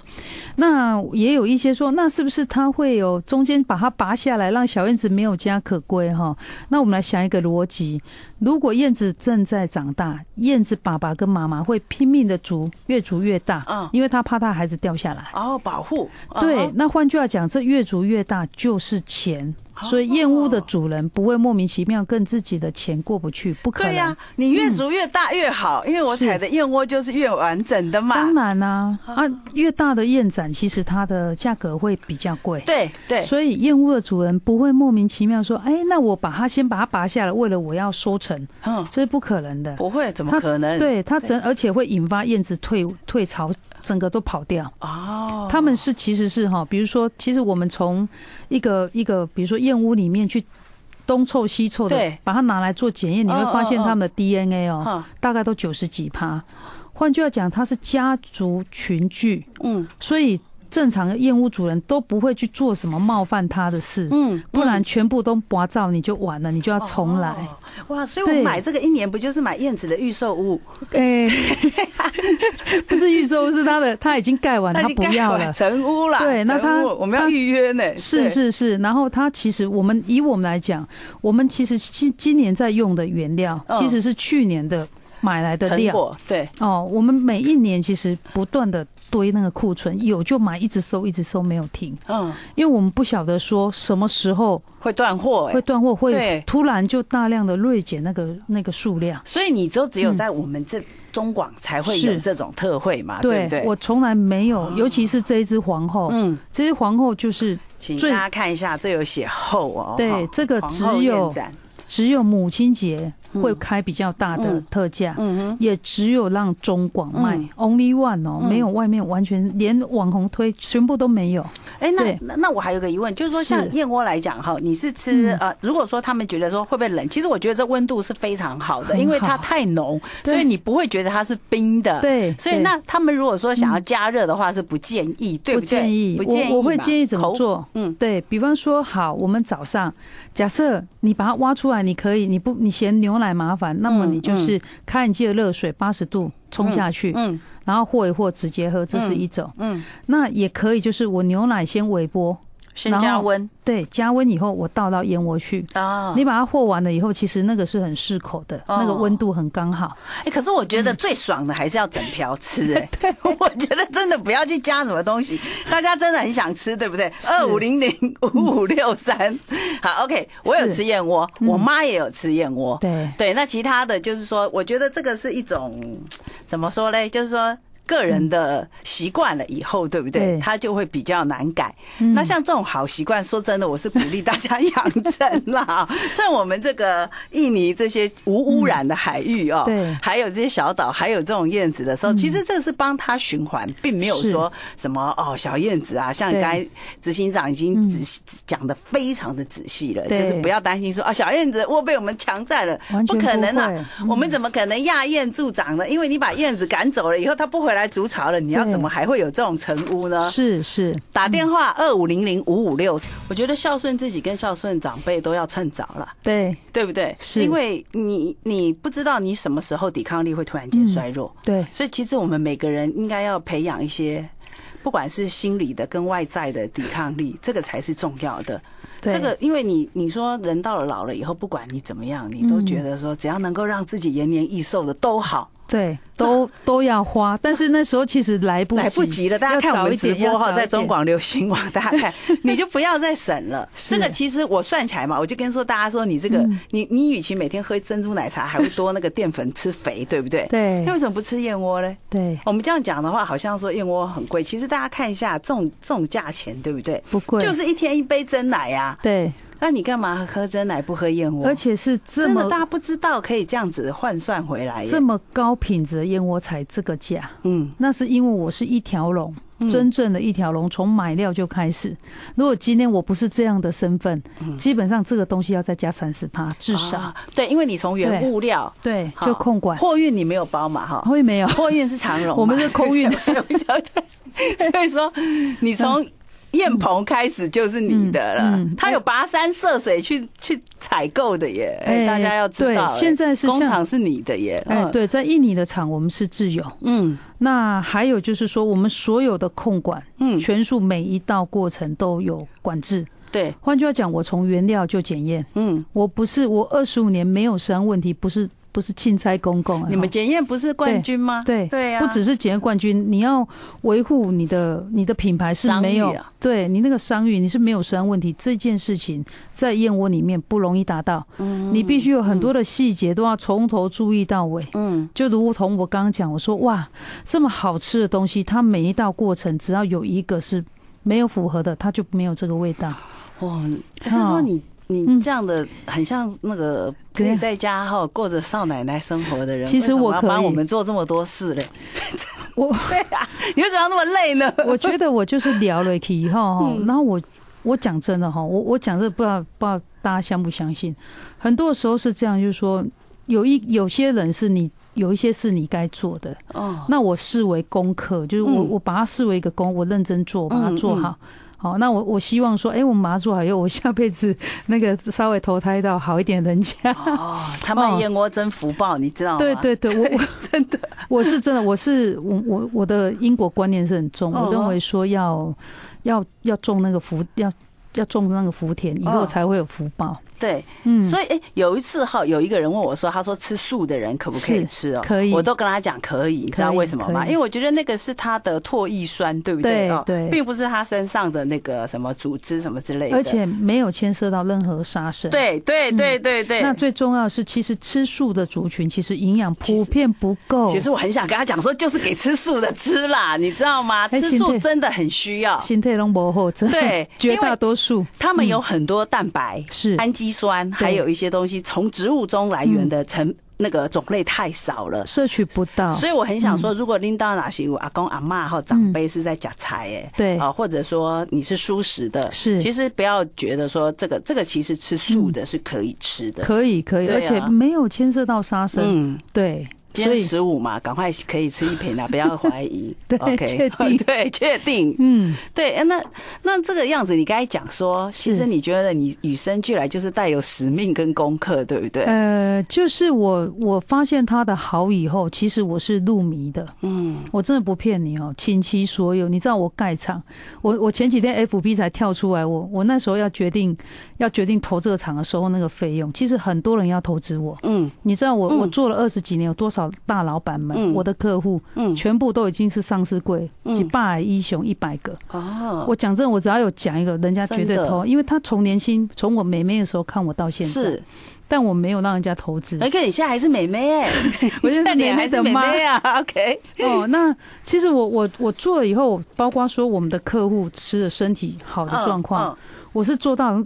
[SPEAKER 2] 那也有一些说，那是不是它会有中间把它拔下来，让小燕子没有家可归哈？那我们来想一个逻辑：如果燕子正在长大，燕子爸爸跟妈妈会拼命的筑，越筑越大，
[SPEAKER 1] 嗯
[SPEAKER 2] 因为他怕他孩子掉下来。
[SPEAKER 1] 哦，保护，
[SPEAKER 2] 对
[SPEAKER 1] 嗯，
[SPEAKER 2] 那换句话讲，这越筑越大就是钱，
[SPEAKER 1] 哦
[SPEAKER 2] 所以燕屋的主人不会莫名其妙跟自己的钱过不去，不可能。嗯
[SPEAKER 1] 对呀、你越筑越大越好，因为我
[SPEAKER 2] 是
[SPEAKER 1] 采的燕窝就是越完整的嘛
[SPEAKER 2] 当。然啦、啊，越大的燕盏其实它的价格会比较贵，
[SPEAKER 1] 对对，
[SPEAKER 2] 所以燕窝的主人不会莫名其妙说，哎，那我把它先把它拔下来，为了我要收成，
[SPEAKER 1] 嗯，
[SPEAKER 2] 这是不可能的。
[SPEAKER 1] 不会，怎么可能？，
[SPEAKER 2] 对它整，而且会引发燕子退退潮，整个都跑掉。
[SPEAKER 1] 哦，
[SPEAKER 2] 他们是其实是哈，比如说，其实我们从一个一个，比如说燕窝里面去东凑西凑的
[SPEAKER 1] 对，
[SPEAKER 2] 把它拿来做检验，你会
[SPEAKER 1] 嗯
[SPEAKER 2] 发现
[SPEAKER 1] 嗯嗯
[SPEAKER 2] 他们的 DNA 哦，
[SPEAKER 1] 哈，
[SPEAKER 2] 大概都九十几趴。换句话讲，它是家族群聚，
[SPEAKER 1] 嗯
[SPEAKER 2] 所以正常的燕屋主人都不会去做什么冒犯他的事，
[SPEAKER 1] 嗯，
[SPEAKER 2] 不然全部都拔照你就完了，你就要重来。
[SPEAKER 1] 哦哇，所以
[SPEAKER 2] 对
[SPEAKER 1] 我买这个一年不就是买燕子的预售物？
[SPEAKER 2] 哎、 [laughs] 不是预售，是他的，他已经盖完，
[SPEAKER 1] 它已
[SPEAKER 2] 他
[SPEAKER 1] 经
[SPEAKER 2] 啊不要
[SPEAKER 1] 盖
[SPEAKER 2] 了
[SPEAKER 1] 完。 [laughs] 成屋啦，
[SPEAKER 2] 对那
[SPEAKER 1] 成
[SPEAKER 2] 它
[SPEAKER 1] 屋我们要
[SPEAKER 2] 它
[SPEAKER 1] 预约呢。
[SPEAKER 2] 是
[SPEAKER 1] 对，
[SPEAKER 2] 是是，然后它其实我们以我们来讲，我们其实今今年在用的原料
[SPEAKER 1] 嗯
[SPEAKER 2] 其实是去年的买来的
[SPEAKER 1] 成
[SPEAKER 2] 料
[SPEAKER 1] 果对，
[SPEAKER 2] 哦，我们每一年其实不断的堆那个库存，有就买，一直收一直收，没有停，
[SPEAKER 1] 嗯，
[SPEAKER 2] 因为我们不晓得说什么时候
[SPEAKER 1] 会断货哎
[SPEAKER 2] 会。断货，
[SPEAKER 1] 对
[SPEAKER 2] 会突然就大量的锐减那个那个数量。
[SPEAKER 1] 所以你都只有
[SPEAKER 2] 嗯
[SPEAKER 1] 在我们这中广才会有
[SPEAKER 2] 是
[SPEAKER 1] 这种特惠嘛，啊对
[SPEAKER 2] 对
[SPEAKER 1] 不对？哦
[SPEAKER 2] 我从来没有，尤其是这一只皇后，
[SPEAKER 1] 嗯，
[SPEAKER 2] 这只皇后就是
[SPEAKER 1] 请大
[SPEAKER 2] 最
[SPEAKER 1] 家看一下，这有写后哦，
[SPEAKER 2] 对
[SPEAKER 1] 哈
[SPEAKER 2] 这个
[SPEAKER 1] 皇
[SPEAKER 2] 只
[SPEAKER 1] 后
[SPEAKER 2] 有
[SPEAKER 1] 院展
[SPEAKER 2] 只有母亲节会
[SPEAKER 1] 嗯
[SPEAKER 2] 开比较大的
[SPEAKER 1] 嗯
[SPEAKER 2] 特价，
[SPEAKER 1] 嗯
[SPEAKER 2] 也只有让中广卖、
[SPEAKER 1] 嗯
[SPEAKER 2] Only One 哦，
[SPEAKER 1] 嗯
[SPEAKER 2] 没有外面完全连网红推全部都没有。
[SPEAKER 1] 哼，哎，那
[SPEAKER 2] 对
[SPEAKER 1] 那那我还有个疑问，就是说像
[SPEAKER 2] 是
[SPEAKER 1] 燕窝来讲哈，你是吃
[SPEAKER 2] 嗯
[SPEAKER 1] 呃，如果说他们觉得说会不会冷，其实我觉得这温度是非常好的，
[SPEAKER 2] 很
[SPEAKER 1] 因为它
[SPEAKER 2] 好
[SPEAKER 1] 太浓，
[SPEAKER 2] 对
[SPEAKER 1] 所以你不会觉得它是冰的。，
[SPEAKER 2] 对，
[SPEAKER 1] 所以
[SPEAKER 2] 对
[SPEAKER 1] 那他们如果说想要
[SPEAKER 2] 嗯
[SPEAKER 1] 加热的话，是不建议，对
[SPEAKER 2] 不
[SPEAKER 1] 对？
[SPEAKER 2] 建议，
[SPEAKER 1] 不建议嘛，
[SPEAKER 2] 我我会建议怎么
[SPEAKER 1] 口？
[SPEAKER 2] 做？
[SPEAKER 1] 嗯
[SPEAKER 2] 对比方说，好，我们早上假设你把它挖出来，你可以，你不你嫌牛奶麻烦，那么
[SPEAKER 1] 嗯
[SPEAKER 2] 你就是开你机的热水八十度冲下去，
[SPEAKER 1] 嗯
[SPEAKER 2] 然后和一和直接喝，这是一种。
[SPEAKER 1] 嗯，
[SPEAKER 2] 那也可以，就是我牛奶先微波，
[SPEAKER 1] 先
[SPEAKER 2] 然后
[SPEAKER 1] 加温
[SPEAKER 2] 对，加温以后我倒到燕窝去，
[SPEAKER 1] 啊。
[SPEAKER 2] 你把它和完了以后，其实那个是很适口的，
[SPEAKER 1] 哦
[SPEAKER 2] 那个温度很刚好。
[SPEAKER 1] 哎，可是我
[SPEAKER 2] 嗯
[SPEAKER 1] 觉得最爽的还是要整瓢
[SPEAKER 2] [laughs]
[SPEAKER 1] 吃，哎，我觉得真的不要去加什么东西，大家真的很想吃，对不对？二五零零五五六三，好，OK，我有
[SPEAKER 2] 是嗯
[SPEAKER 1] 吃燕窝，我妈也有吃燕窝，
[SPEAKER 2] 对，
[SPEAKER 1] 对，那其他的就是说，我觉得这个是一种怎么说嘞？就是说。个人的习惯了以后，对不对？
[SPEAKER 2] 对
[SPEAKER 1] 他就会比较难改。
[SPEAKER 2] 嗯
[SPEAKER 1] 那像这种好习惯，说真的，我是鼓励大家养成
[SPEAKER 2] [laughs]
[SPEAKER 1] 啦。像我们这个印尼这些无污染的海域哦，
[SPEAKER 2] 嗯对嗯
[SPEAKER 1] 还有这些小岛，还有这种燕子的时候，其实这是帮它循环，并没有
[SPEAKER 2] 是
[SPEAKER 1] 说什么哦小燕子啊，像
[SPEAKER 2] 对嗯
[SPEAKER 1] 刚才执行长已经仔细讲的非常的仔细了，就是
[SPEAKER 2] 对
[SPEAKER 1] 不要担心说啊小燕子我被我们强占了，
[SPEAKER 2] [laughs] 完全
[SPEAKER 1] 不可能啊
[SPEAKER 2] 不会！嗯
[SPEAKER 1] 我们怎么可能揠燕助长呢？因为你把燕子赶走了以后，它不回来筑巢了，你要
[SPEAKER 2] 对
[SPEAKER 1] 怎么还会有这种成屋呢？
[SPEAKER 2] 是是，
[SPEAKER 1] 打电话二五零零五五六。我觉得孝顺自己跟孝顺长辈都要趁早了，
[SPEAKER 2] 对
[SPEAKER 1] 对不对？
[SPEAKER 2] 是
[SPEAKER 1] 因为你你不知道你什么时候抵抗力会突然
[SPEAKER 2] 嗯
[SPEAKER 1] 间衰弱，
[SPEAKER 2] 对
[SPEAKER 1] 所以其实我们每个人应该要培养一些，不管是心理的跟外在的抵抗力，这个才是重要的。
[SPEAKER 2] 对，
[SPEAKER 1] 这个，因为你你说人到了老了以后，不管你怎么样，你都觉得说只要能够让自己延年益寿的都好，
[SPEAKER 2] 对
[SPEAKER 1] [laughs]
[SPEAKER 2] 都都要花，但是那时候其实来不及
[SPEAKER 1] 来不及了。大家
[SPEAKER 2] 要
[SPEAKER 1] 看我
[SPEAKER 2] 早一
[SPEAKER 1] 们直
[SPEAKER 2] 点要
[SPEAKER 1] 播哈，
[SPEAKER 2] 早
[SPEAKER 1] 在
[SPEAKER 2] 一
[SPEAKER 1] 中
[SPEAKER 2] 点
[SPEAKER 1] 广流行网，大家看，你就 [laughs] 不要再省了。
[SPEAKER 2] [laughs] 是嗯
[SPEAKER 1] 这个其实我算起来嘛，我就跟说大家说，你这个你你与其每天喝珍珠奶茶，还会多那个淀粉吃肥，对不对？。
[SPEAKER 2] 对
[SPEAKER 1] 那为什么不吃燕窝呢？
[SPEAKER 2] 对
[SPEAKER 1] 我们这样讲的话，好像说燕窝很贵，其实大家看一下，这种这种价钱，对不对？
[SPEAKER 2] 不贵，
[SPEAKER 1] 就是一天一杯真奶呀、
[SPEAKER 2] 对，
[SPEAKER 1] 那你干嘛喝真奶不喝燕窝？
[SPEAKER 2] 而且是这
[SPEAKER 1] 真的
[SPEAKER 2] 么
[SPEAKER 1] 大家不知道可以这样子换算回来耶。
[SPEAKER 2] 这么高品质的燕窝才这个价，
[SPEAKER 1] 嗯，
[SPEAKER 2] 那是因为我是一条龙
[SPEAKER 1] 嗯，
[SPEAKER 2] 真正的一条龙，从买料就开始。如果今天我不是这样的身份，基本上这个东西要再加三十趴，至少
[SPEAKER 1] 嗯啊对，因为你从原物料
[SPEAKER 2] 对，
[SPEAKER 1] 好
[SPEAKER 2] 就控管
[SPEAKER 1] 货运你没有包嘛哈，
[SPEAKER 2] 会没有
[SPEAKER 1] 货运是长荣嘛，
[SPEAKER 2] 我们是
[SPEAKER 1] [laughs]
[SPEAKER 2] 空运 [laughs]
[SPEAKER 1] 对所以说你从燕棚开始就是你的了
[SPEAKER 2] 嗯嗯，
[SPEAKER 1] 他有跋山涉水去去采购的耶，哎，
[SPEAKER 2] 哎
[SPEAKER 1] 大家要知道，
[SPEAKER 2] 对
[SPEAKER 1] 哎
[SPEAKER 2] 现在是像
[SPEAKER 1] 工厂是你的耶，
[SPEAKER 2] 哎，
[SPEAKER 1] 嗯，
[SPEAKER 2] 对，在印尼的厂我们是自有，
[SPEAKER 1] 嗯
[SPEAKER 2] 那还有就是说，我们所有的控管
[SPEAKER 1] 嗯，
[SPEAKER 2] 全数每一道过程都有管制。
[SPEAKER 1] 对，
[SPEAKER 2] 换句话讲，我从原料就检验，
[SPEAKER 1] 嗯，
[SPEAKER 2] 我不是我二十五年没有生问题，不是不是钦差公公，
[SPEAKER 1] 你们检验不是冠军吗？
[SPEAKER 2] 对啊
[SPEAKER 1] 对啊呀，
[SPEAKER 2] 不只是检验冠军，你要维护你的你的品牌是没有，
[SPEAKER 1] 商誉啊
[SPEAKER 2] 对你那个商誉你是没有商问题，这件事情在燕窝里面不容易达到，
[SPEAKER 1] 嗯
[SPEAKER 2] 你必须有很多的细节都要从头注意到尾。
[SPEAKER 1] 嗯
[SPEAKER 2] 就如同我刚刚讲，我说哇，这么好吃的东西，它每一道过程只要有一个是没有符合的，它就没有这个味道。
[SPEAKER 1] 哇，可是说你你
[SPEAKER 2] 嗯
[SPEAKER 1] 这样的很像那个可
[SPEAKER 2] 怎样
[SPEAKER 1] 以在家哈过着少奶奶生活的人，
[SPEAKER 2] 嗯其实我
[SPEAKER 1] 为什么要
[SPEAKER 2] 可以
[SPEAKER 1] 帮我们做这么多事
[SPEAKER 2] [laughs]
[SPEAKER 1] 嘞。
[SPEAKER 2] 我
[SPEAKER 1] 对啊，你为什么要那么累呢？
[SPEAKER 2] 我觉得我就是聊了以后哈，嗯然后我我讲真的哈，我我讲这不知道不知道大家相不相信，很多时候是这样，就是说有一有些人是你有一些是你该做的， [laughs]
[SPEAKER 1] 哦，
[SPEAKER 2] 那我视为功课，就是我、
[SPEAKER 1] 嗯
[SPEAKER 2] 我把它视为一个功，我认真做，把它做好。好，那我我希望说，哎、我们把它做好以后，我下辈子那个稍微投胎到好一点人家。
[SPEAKER 1] 哦，他卖燕窝真福报，你知道吗？
[SPEAKER 2] 对对对，我我
[SPEAKER 1] 啊 [laughs] 真的，
[SPEAKER 2] 我是真的，我是我我我的因果观念是很重，
[SPEAKER 1] 哦
[SPEAKER 2] 我认为说要要要种那个福，要要种那个福田，以
[SPEAKER 1] 哦
[SPEAKER 2] 后才会有福报。
[SPEAKER 1] 对，
[SPEAKER 2] 嗯，
[SPEAKER 1] 所以哎、有一次哈，有一个人问我说，他说吃素的人可不可以
[SPEAKER 2] 是
[SPEAKER 1] 吃哦？
[SPEAKER 2] 可以
[SPEAKER 1] 我都跟他讲可以，你知道为什么吗？
[SPEAKER 2] 可以
[SPEAKER 1] 因为我觉得那个是他的唾液酸，对不
[SPEAKER 2] 对
[SPEAKER 1] 哦
[SPEAKER 2] 对
[SPEAKER 1] 并不是他身上的那个什么组织什么之类的。
[SPEAKER 2] 而且没有牵涉到任何杀生。。
[SPEAKER 1] 对对
[SPEAKER 2] 嗯
[SPEAKER 1] 对对对，
[SPEAKER 2] 那最重要的是，其实吃素的族群其实营养普遍不够。
[SPEAKER 1] 其实我很想跟他讲说，就是给吃素的吃啦，你知道吗？
[SPEAKER 2] 哦哎
[SPEAKER 1] 吃
[SPEAKER 2] 心
[SPEAKER 1] 素
[SPEAKER 2] 态
[SPEAKER 1] 真的很需要，
[SPEAKER 2] 心态龙博后，真的
[SPEAKER 1] 对
[SPEAKER 2] 绝
[SPEAKER 1] 因为
[SPEAKER 2] 大多数
[SPEAKER 1] 他们有很多蛋白、
[SPEAKER 2] 嗯是
[SPEAKER 1] 氨基酸，还有一些东西从植物中来源的
[SPEAKER 2] 嗯
[SPEAKER 1] 成那个种类太少了。
[SPEAKER 2] 摄取不到。
[SPEAKER 1] 所以我很想
[SPEAKER 2] 嗯
[SPEAKER 1] 说，如果拎到哪些我阿公阿妈或长辈是在夹菜哎，
[SPEAKER 2] 嗯对
[SPEAKER 1] 啊，或者说你是素食的，
[SPEAKER 2] 是嗯
[SPEAKER 1] 其实不要觉得说这个这个其实吃素的是可以吃的，
[SPEAKER 2] 可以可以，
[SPEAKER 1] 对啊
[SPEAKER 2] 而且没有牵涉到杀生。
[SPEAKER 1] 嗯，
[SPEAKER 2] 对，
[SPEAKER 1] 今
[SPEAKER 2] 所
[SPEAKER 1] 天
[SPEAKER 2] 以
[SPEAKER 1] 十五嘛，赶快可以吃一瓶啦，啊不要怀疑
[SPEAKER 2] [laughs] 对
[SPEAKER 1] ，OK，
[SPEAKER 2] 确
[SPEAKER 1] [laughs]
[SPEAKER 2] 定
[SPEAKER 1] 对，确定，
[SPEAKER 2] 嗯，
[SPEAKER 1] 对，哎那那这个样子，你刚才讲说，其实
[SPEAKER 2] 是
[SPEAKER 1] 你觉得你与生俱来就是带有使命跟功课，对不对？
[SPEAKER 2] 呃，就是我我发现它的好以后，其实我是入迷的，
[SPEAKER 1] 嗯，
[SPEAKER 2] 我真的不骗你哦，倾其所有。你知道我盖厂，我我前几天 FB 才跳出来，我我那时候要决定要决定投这个厂的时候，那个费用，其实很多人要投资我。
[SPEAKER 1] 嗯，
[SPEAKER 2] 你知道我
[SPEAKER 1] 嗯
[SPEAKER 2] 我做了二十几年，有多少大大老板们，
[SPEAKER 1] 嗯
[SPEAKER 2] 我的客户
[SPEAKER 1] 嗯，
[SPEAKER 2] 全部都已经是上市柜，
[SPEAKER 1] 嗯
[SPEAKER 2] 几百一熊一百个。
[SPEAKER 1] 哦，
[SPEAKER 2] 我讲真，我只要有讲一个，人家绝
[SPEAKER 1] 真
[SPEAKER 2] 对
[SPEAKER 1] 的
[SPEAKER 2] 投，因为他从年轻，从我妹妹的时候看我到现在，
[SPEAKER 1] 是，
[SPEAKER 2] 但我没有让人家投资。
[SPEAKER 1] 而且你现在还是美眉哎，
[SPEAKER 2] [laughs] 我
[SPEAKER 1] 你现
[SPEAKER 2] 现
[SPEAKER 1] 在
[SPEAKER 2] 在是
[SPEAKER 1] 脸
[SPEAKER 2] 妹啊
[SPEAKER 1] 还
[SPEAKER 2] 妹
[SPEAKER 1] 是
[SPEAKER 2] 的
[SPEAKER 1] 美
[SPEAKER 2] 妈
[SPEAKER 1] 眉啊，OK，
[SPEAKER 2] [laughs] 哦，那其实我我我做了以后，包括说我们的客户吃的身体好的状况，
[SPEAKER 1] 嗯
[SPEAKER 2] 我是做到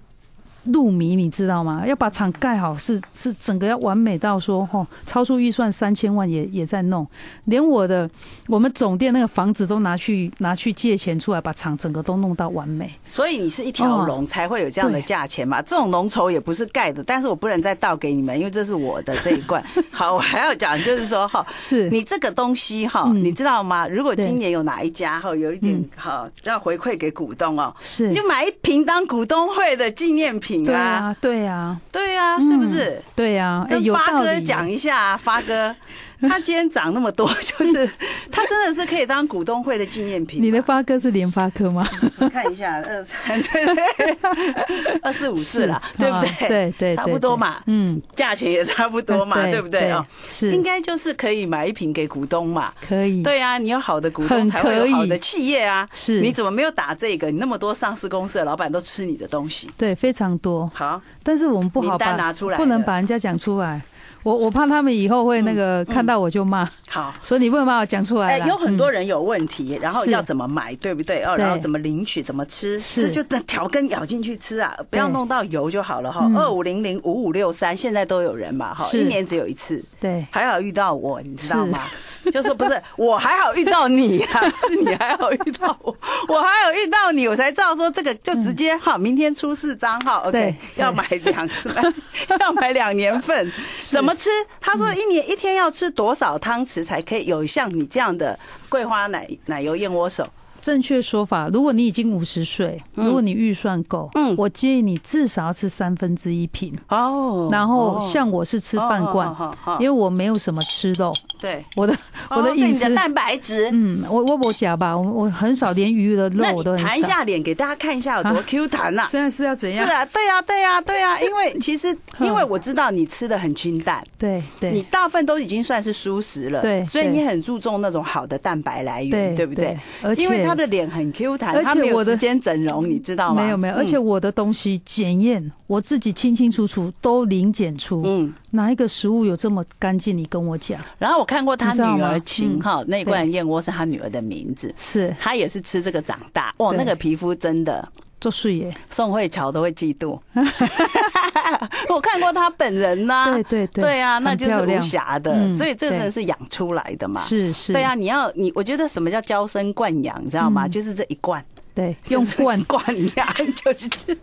[SPEAKER 2] 入迷，你知道吗？要把厂盖好是是整个要完美到说哦，超出预算三千万也也在弄，连我的我们总店那个房子都拿去拿去借钱出来，把厂整个都弄到完美。
[SPEAKER 1] 所以你是一条
[SPEAKER 2] 哦
[SPEAKER 1] 龙才会有这样的价钱嘛？这种浓稠也不是盖的，但是我不能再倒给你们，因为这是我的这一
[SPEAKER 2] [laughs]
[SPEAKER 1] 罐。好，我还要讲就是说哈，
[SPEAKER 2] 是
[SPEAKER 1] 你这个东西哈，
[SPEAKER 2] 嗯
[SPEAKER 1] 你知道吗？如果
[SPEAKER 2] 对
[SPEAKER 1] 今年有哪一家哈有一点
[SPEAKER 2] 嗯
[SPEAKER 1] 哈要回馈给股东哦，
[SPEAKER 2] 是
[SPEAKER 1] 你就买一瓶当股东会的纪念品
[SPEAKER 2] 对
[SPEAKER 1] 啦，
[SPEAKER 2] 啊，对啊，
[SPEAKER 1] 对啊，是不是？
[SPEAKER 2] 对啊，哎、
[SPEAKER 1] 跟
[SPEAKER 2] 有
[SPEAKER 1] 发
[SPEAKER 2] 道
[SPEAKER 1] 哥
[SPEAKER 2] 理。
[SPEAKER 1] 讲一下、啊，发
[SPEAKER 2] [laughs]
[SPEAKER 1] 哥，他今天涨那么多，就是他真的是可以当股东会的纪念品吧。
[SPEAKER 2] 你的发哥是联发科吗？
[SPEAKER 1] 看一下，二三对，二四五四
[SPEAKER 2] [laughs]
[SPEAKER 1] 啦，对不
[SPEAKER 2] 啊
[SPEAKER 1] 对？
[SPEAKER 2] 对对，
[SPEAKER 1] 差
[SPEAKER 2] 对
[SPEAKER 1] 不多
[SPEAKER 2] 对
[SPEAKER 1] 嘛
[SPEAKER 2] 嗯，
[SPEAKER 1] 价钱也差不多嘛，对不对啊？？
[SPEAKER 2] 是
[SPEAKER 1] 应该就是可以买一瓶给股东嘛。
[SPEAKER 2] 可以。
[SPEAKER 1] 对啊，你有好的股东
[SPEAKER 2] 很
[SPEAKER 1] 才会有
[SPEAKER 2] 可以
[SPEAKER 1] 好的企业啊。
[SPEAKER 2] 是
[SPEAKER 1] 你怎么没有打这个？你那么多上市公司的老板都吃你的东西。
[SPEAKER 2] 对，非常多，
[SPEAKER 1] 好，
[SPEAKER 2] 但是我们不
[SPEAKER 1] 名
[SPEAKER 2] 好
[SPEAKER 1] 单
[SPEAKER 2] 把
[SPEAKER 1] 拿出来
[SPEAKER 2] 不能
[SPEAKER 1] 了
[SPEAKER 2] 把人家讲出来。我我怕他们以后会那个看到我就骂，
[SPEAKER 1] 好。
[SPEAKER 2] 所以你不能把我讲出来
[SPEAKER 1] 嗯哎，
[SPEAKER 2] 啦。
[SPEAKER 1] 有很多
[SPEAKER 2] 嗯
[SPEAKER 1] 人有问题，然后
[SPEAKER 2] 是
[SPEAKER 1] 要怎么买，对不对？哦，
[SPEAKER 2] 对
[SPEAKER 1] 然后怎么领取，怎么吃，
[SPEAKER 2] 是
[SPEAKER 1] 吃就调根咬进去吃啊，不要
[SPEAKER 2] 对
[SPEAKER 1] 弄到油就好了哈
[SPEAKER 2] 嗯。
[SPEAKER 1] 二五零零五五六三现在都有人嘛哈，
[SPEAKER 2] 是
[SPEAKER 1] 一年只有一次，
[SPEAKER 2] 对
[SPEAKER 1] 还好遇到我，你知道吗？就说不
[SPEAKER 2] [laughs]
[SPEAKER 1] 是我还好遇到你啊， [laughs] 是你还好遇到
[SPEAKER 2] [laughs]
[SPEAKER 1] 我，我还有遇到你，我才知道说这个就直接好，明天出四张哈，OK，
[SPEAKER 2] 对
[SPEAKER 1] 要买两 [laughs] 要买两年份，怎么吃？他说一年一天要吃多少汤匙才可以有像你这样的桂花奶奶油燕窝手？
[SPEAKER 2] 正确说法，如果你已经五十岁，如果你预算够，
[SPEAKER 1] 嗯
[SPEAKER 2] 我建议你至少要吃三分之一瓶，
[SPEAKER 1] 哦，
[SPEAKER 2] 然后像我是吃半罐，
[SPEAKER 1] 哦，哦哦哦
[SPEAKER 2] 因为我没有什么吃肉，
[SPEAKER 1] 对，
[SPEAKER 2] 我的、我
[SPEAKER 1] 哦
[SPEAKER 2] 的
[SPEAKER 1] 对
[SPEAKER 2] 饮
[SPEAKER 1] 你
[SPEAKER 2] 食，
[SPEAKER 1] 的蛋白质，
[SPEAKER 2] 嗯，我我我讲吧，我我很少连鱼的肉
[SPEAKER 1] 那
[SPEAKER 2] 我都
[SPEAKER 1] 你
[SPEAKER 2] 很少。
[SPEAKER 1] 弹一下脸给大家看一下有多
[SPEAKER 2] 啊
[SPEAKER 1] Q 弹呐。
[SPEAKER 2] 现在是要怎样
[SPEAKER 1] 是？啊，对啊，对啊，对
[SPEAKER 2] [laughs]
[SPEAKER 1] 啊，因为其实因为我知道你吃的很清淡，
[SPEAKER 2] 对嗯对，
[SPEAKER 1] 你大部分都已经算是素食了，
[SPEAKER 2] 对
[SPEAKER 1] 所以
[SPEAKER 2] 对
[SPEAKER 1] 你很注重那种好的蛋白来源，对不对？？
[SPEAKER 2] 而且
[SPEAKER 1] 因为他的脸很 Q 弹，
[SPEAKER 2] 而
[SPEAKER 1] 他
[SPEAKER 2] 且
[SPEAKER 1] 没有
[SPEAKER 2] 我的
[SPEAKER 1] 时间整容，你知道吗？
[SPEAKER 2] 没有没有，
[SPEAKER 1] 嗯
[SPEAKER 2] 而且我的东西检验、我自己清清楚楚都零检出，
[SPEAKER 1] 嗯，
[SPEAKER 2] 哪一个食物有这么干净？你跟我讲，
[SPEAKER 1] 然后我看过他
[SPEAKER 2] 你知道
[SPEAKER 1] 女
[SPEAKER 2] 吗
[SPEAKER 1] 儿琴
[SPEAKER 2] 嗯
[SPEAKER 1] 哈，那一罐燕窝是他女儿的名字，
[SPEAKER 2] 是
[SPEAKER 1] 他也是吃这个长大，哦，
[SPEAKER 2] 对
[SPEAKER 1] 那个皮肤真的
[SPEAKER 2] 做事业，
[SPEAKER 1] 宋慧乔都会嫉
[SPEAKER 2] [laughs]
[SPEAKER 1] 妒， [laughs] 我看过他本人呐、
[SPEAKER 2] 对对对，
[SPEAKER 1] 对啊，那
[SPEAKER 2] 很
[SPEAKER 1] 就是
[SPEAKER 2] 漂
[SPEAKER 1] 无
[SPEAKER 2] 亮
[SPEAKER 1] 瑕的，
[SPEAKER 2] 嗯
[SPEAKER 1] 所以这真的
[SPEAKER 2] 对
[SPEAKER 1] 是养出来的嘛。
[SPEAKER 2] 是是，
[SPEAKER 1] 对啊，，你要你，我觉得什么叫娇生惯养，你知道吗？
[SPEAKER 2] 嗯
[SPEAKER 1] 就是这一罐，
[SPEAKER 2] 对， [laughs] 用
[SPEAKER 1] 就是
[SPEAKER 2] 罐。
[SPEAKER 1] 惯养，就是这，就是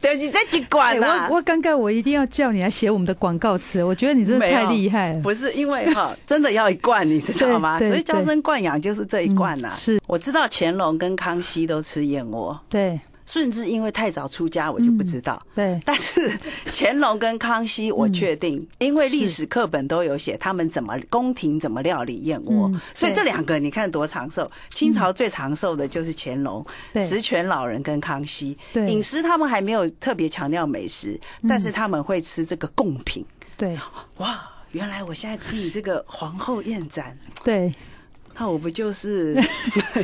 [SPEAKER 1] 这一 [laughs]
[SPEAKER 2] 哎
[SPEAKER 1] 罐啊啦。
[SPEAKER 2] 我我刚刚我一定要叫你来写我们的广告词，我觉得你真的
[SPEAKER 1] 没有
[SPEAKER 2] 太厉害了。
[SPEAKER 1] 不是因为哈， [laughs] 真的要一罐，你知道吗？
[SPEAKER 2] 对对
[SPEAKER 1] 所以娇生惯养就是这一罐啦
[SPEAKER 2] 嗯。是，
[SPEAKER 1] 我知道乾隆跟康熙都吃燕窝，
[SPEAKER 2] 对
[SPEAKER 1] 顺治因为太早出家，我就不知道。[laughs]
[SPEAKER 2] 对，
[SPEAKER 1] 但是乾隆跟康熙，
[SPEAKER 2] 嗯
[SPEAKER 1] 我确定，因为历史课本都有写他们怎么宫廷怎么料理燕窝
[SPEAKER 2] 嗯，
[SPEAKER 1] 所以
[SPEAKER 2] 对
[SPEAKER 1] 这两个你看多长寿。清朝最长寿的就是乾隆、
[SPEAKER 2] 对
[SPEAKER 1] 十全老人跟康熙。
[SPEAKER 2] 对嗯
[SPEAKER 1] 饮食他们还没有特别强调美食，但是他们会吃这个贡品。
[SPEAKER 2] 对
[SPEAKER 1] 哇，原来我现在吃你这个皇后宴盏， [laughs]
[SPEAKER 2] 对，
[SPEAKER 1] 那我不
[SPEAKER 2] [laughs]
[SPEAKER 1] 就是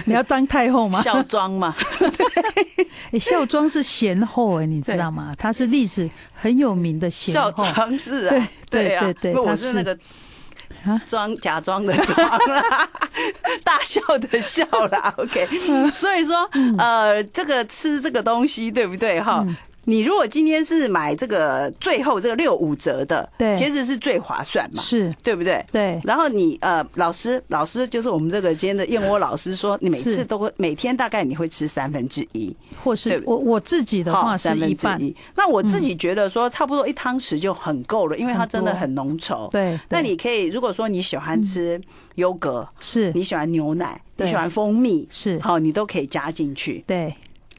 [SPEAKER 2] 你要当太后吗？
[SPEAKER 1] 孝庄吗？
[SPEAKER 2] 哎，孝庄是贤后哎、你知道吗？她是历史很有名的贤
[SPEAKER 1] 孝
[SPEAKER 2] 后。
[SPEAKER 1] 庄是啊， [laughs]
[SPEAKER 2] 对
[SPEAKER 1] 啊，
[SPEAKER 2] 对对对
[SPEAKER 1] 不我
[SPEAKER 2] 他
[SPEAKER 1] 是
[SPEAKER 2] 是
[SPEAKER 1] 那个
[SPEAKER 2] 啊
[SPEAKER 1] 装假装的装啦， [laughs] 大笑的笑
[SPEAKER 2] [laughs]
[SPEAKER 1] 啦，OK。所
[SPEAKER 2] 嗯
[SPEAKER 1] 以说，呃，这个吃这个东西，对不对哈？
[SPEAKER 2] 嗯
[SPEAKER 1] 你如果今天是买这个最后这个六五折的，
[SPEAKER 2] 对
[SPEAKER 1] 其实是最划算嘛，
[SPEAKER 2] 是，
[SPEAKER 1] 对不对？
[SPEAKER 2] 对，
[SPEAKER 1] 然后你呃，老师，老师就是我们这个今天的燕窝老师说，你每次
[SPEAKER 2] 是
[SPEAKER 1] 都会每天大概你会吃三分之一，
[SPEAKER 2] 或
[SPEAKER 1] 对
[SPEAKER 2] 是我我自己的话
[SPEAKER 1] 好
[SPEAKER 2] 是
[SPEAKER 1] 三分
[SPEAKER 2] 一
[SPEAKER 1] 之
[SPEAKER 2] 半，
[SPEAKER 1] 一。那我自己觉得说，差不多一汤匙就很够了，因为它真的
[SPEAKER 2] 很多
[SPEAKER 1] 很浓稠。
[SPEAKER 2] 对，
[SPEAKER 1] 那
[SPEAKER 2] 对
[SPEAKER 1] 你可以，如果说你喜欢吃优格，
[SPEAKER 2] 是
[SPEAKER 1] 你喜欢牛奶，你
[SPEAKER 2] 对
[SPEAKER 1] 喜欢蜂蜜，
[SPEAKER 2] 是
[SPEAKER 1] 好，你都可以加进去。
[SPEAKER 2] 对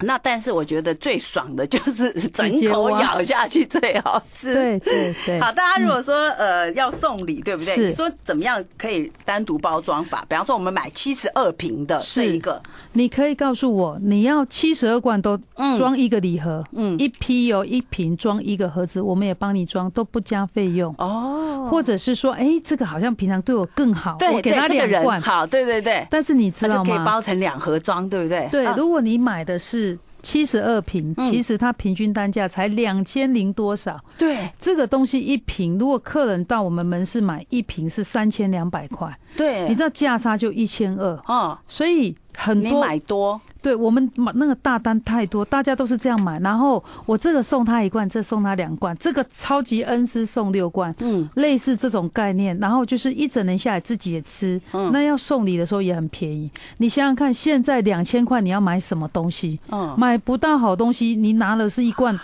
[SPEAKER 1] 那但是我觉得最爽的就是 [laughs] 整
[SPEAKER 2] 接
[SPEAKER 1] 口
[SPEAKER 2] 挖
[SPEAKER 1] 咬下去最好吃。
[SPEAKER 2] 对
[SPEAKER 1] [laughs]
[SPEAKER 2] 对对，
[SPEAKER 1] 嗯
[SPEAKER 2] 嗯
[SPEAKER 1] 好，大家如果说、呃要送礼，对不对？
[SPEAKER 2] 是
[SPEAKER 1] 你说怎么样可以单独包装法？比方说我们买七十二瓶的
[SPEAKER 2] 是
[SPEAKER 1] 这一个，
[SPEAKER 2] 你可以告诉我，你要七十二罐都装一个礼盒，
[SPEAKER 1] 嗯
[SPEAKER 2] 一批有一瓶装一个盒子，我们也帮你装，都不加费用。
[SPEAKER 1] 哦，
[SPEAKER 2] 或者是说，哎、这个好像平常对我更好，
[SPEAKER 1] 对
[SPEAKER 2] 我给
[SPEAKER 1] 对
[SPEAKER 2] 他
[SPEAKER 1] 这个
[SPEAKER 2] 两
[SPEAKER 1] 人
[SPEAKER 2] 罐。
[SPEAKER 1] 好，对对对，
[SPEAKER 2] 但是你知
[SPEAKER 1] 那就
[SPEAKER 2] 道
[SPEAKER 1] 可以
[SPEAKER 2] 吗？
[SPEAKER 1] 包成两盒装，对不对？
[SPEAKER 2] 对，
[SPEAKER 1] 啊
[SPEAKER 2] 如果你买的是七十二瓶，
[SPEAKER 1] 嗯
[SPEAKER 2] 其实它平均单价才两千零多少。
[SPEAKER 1] 对
[SPEAKER 2] 这个东西一瓶，如果客人到我们门市买一瓶是三千两百块，你
[SPEAKER 1] 对，
[SPEAKER 2] 知道价差就一千二，
[SPEAKER 1] 哦，
[SPEAKER 2] 所以很
[SPEAKER 1] 你
[SPEAKER 2] 多
[SPEAKER 1] 买多，
[SPEAKER 2] 对我们买那个大单太多，大家都是这样买。然后我这个送他一罐，这送他两罐，这个超级恩师送六罐，
[SPEAKER 1] 嗯，
[SPEAKER 2] 类似这种概念。然后就是一整年下来自己也吃，
[SPEAKER 1] 嗯
[SPEAKER 2] 那要送礼的时候也很便宜。你想想看，现在两千块你要买什么东西？
[SPEAKER 1] 嗯，
[SPEAKER 2] 买不到好东西，你拿了是一
[SPEAKER 1] [laughs]
[SPEAKER 2] 罐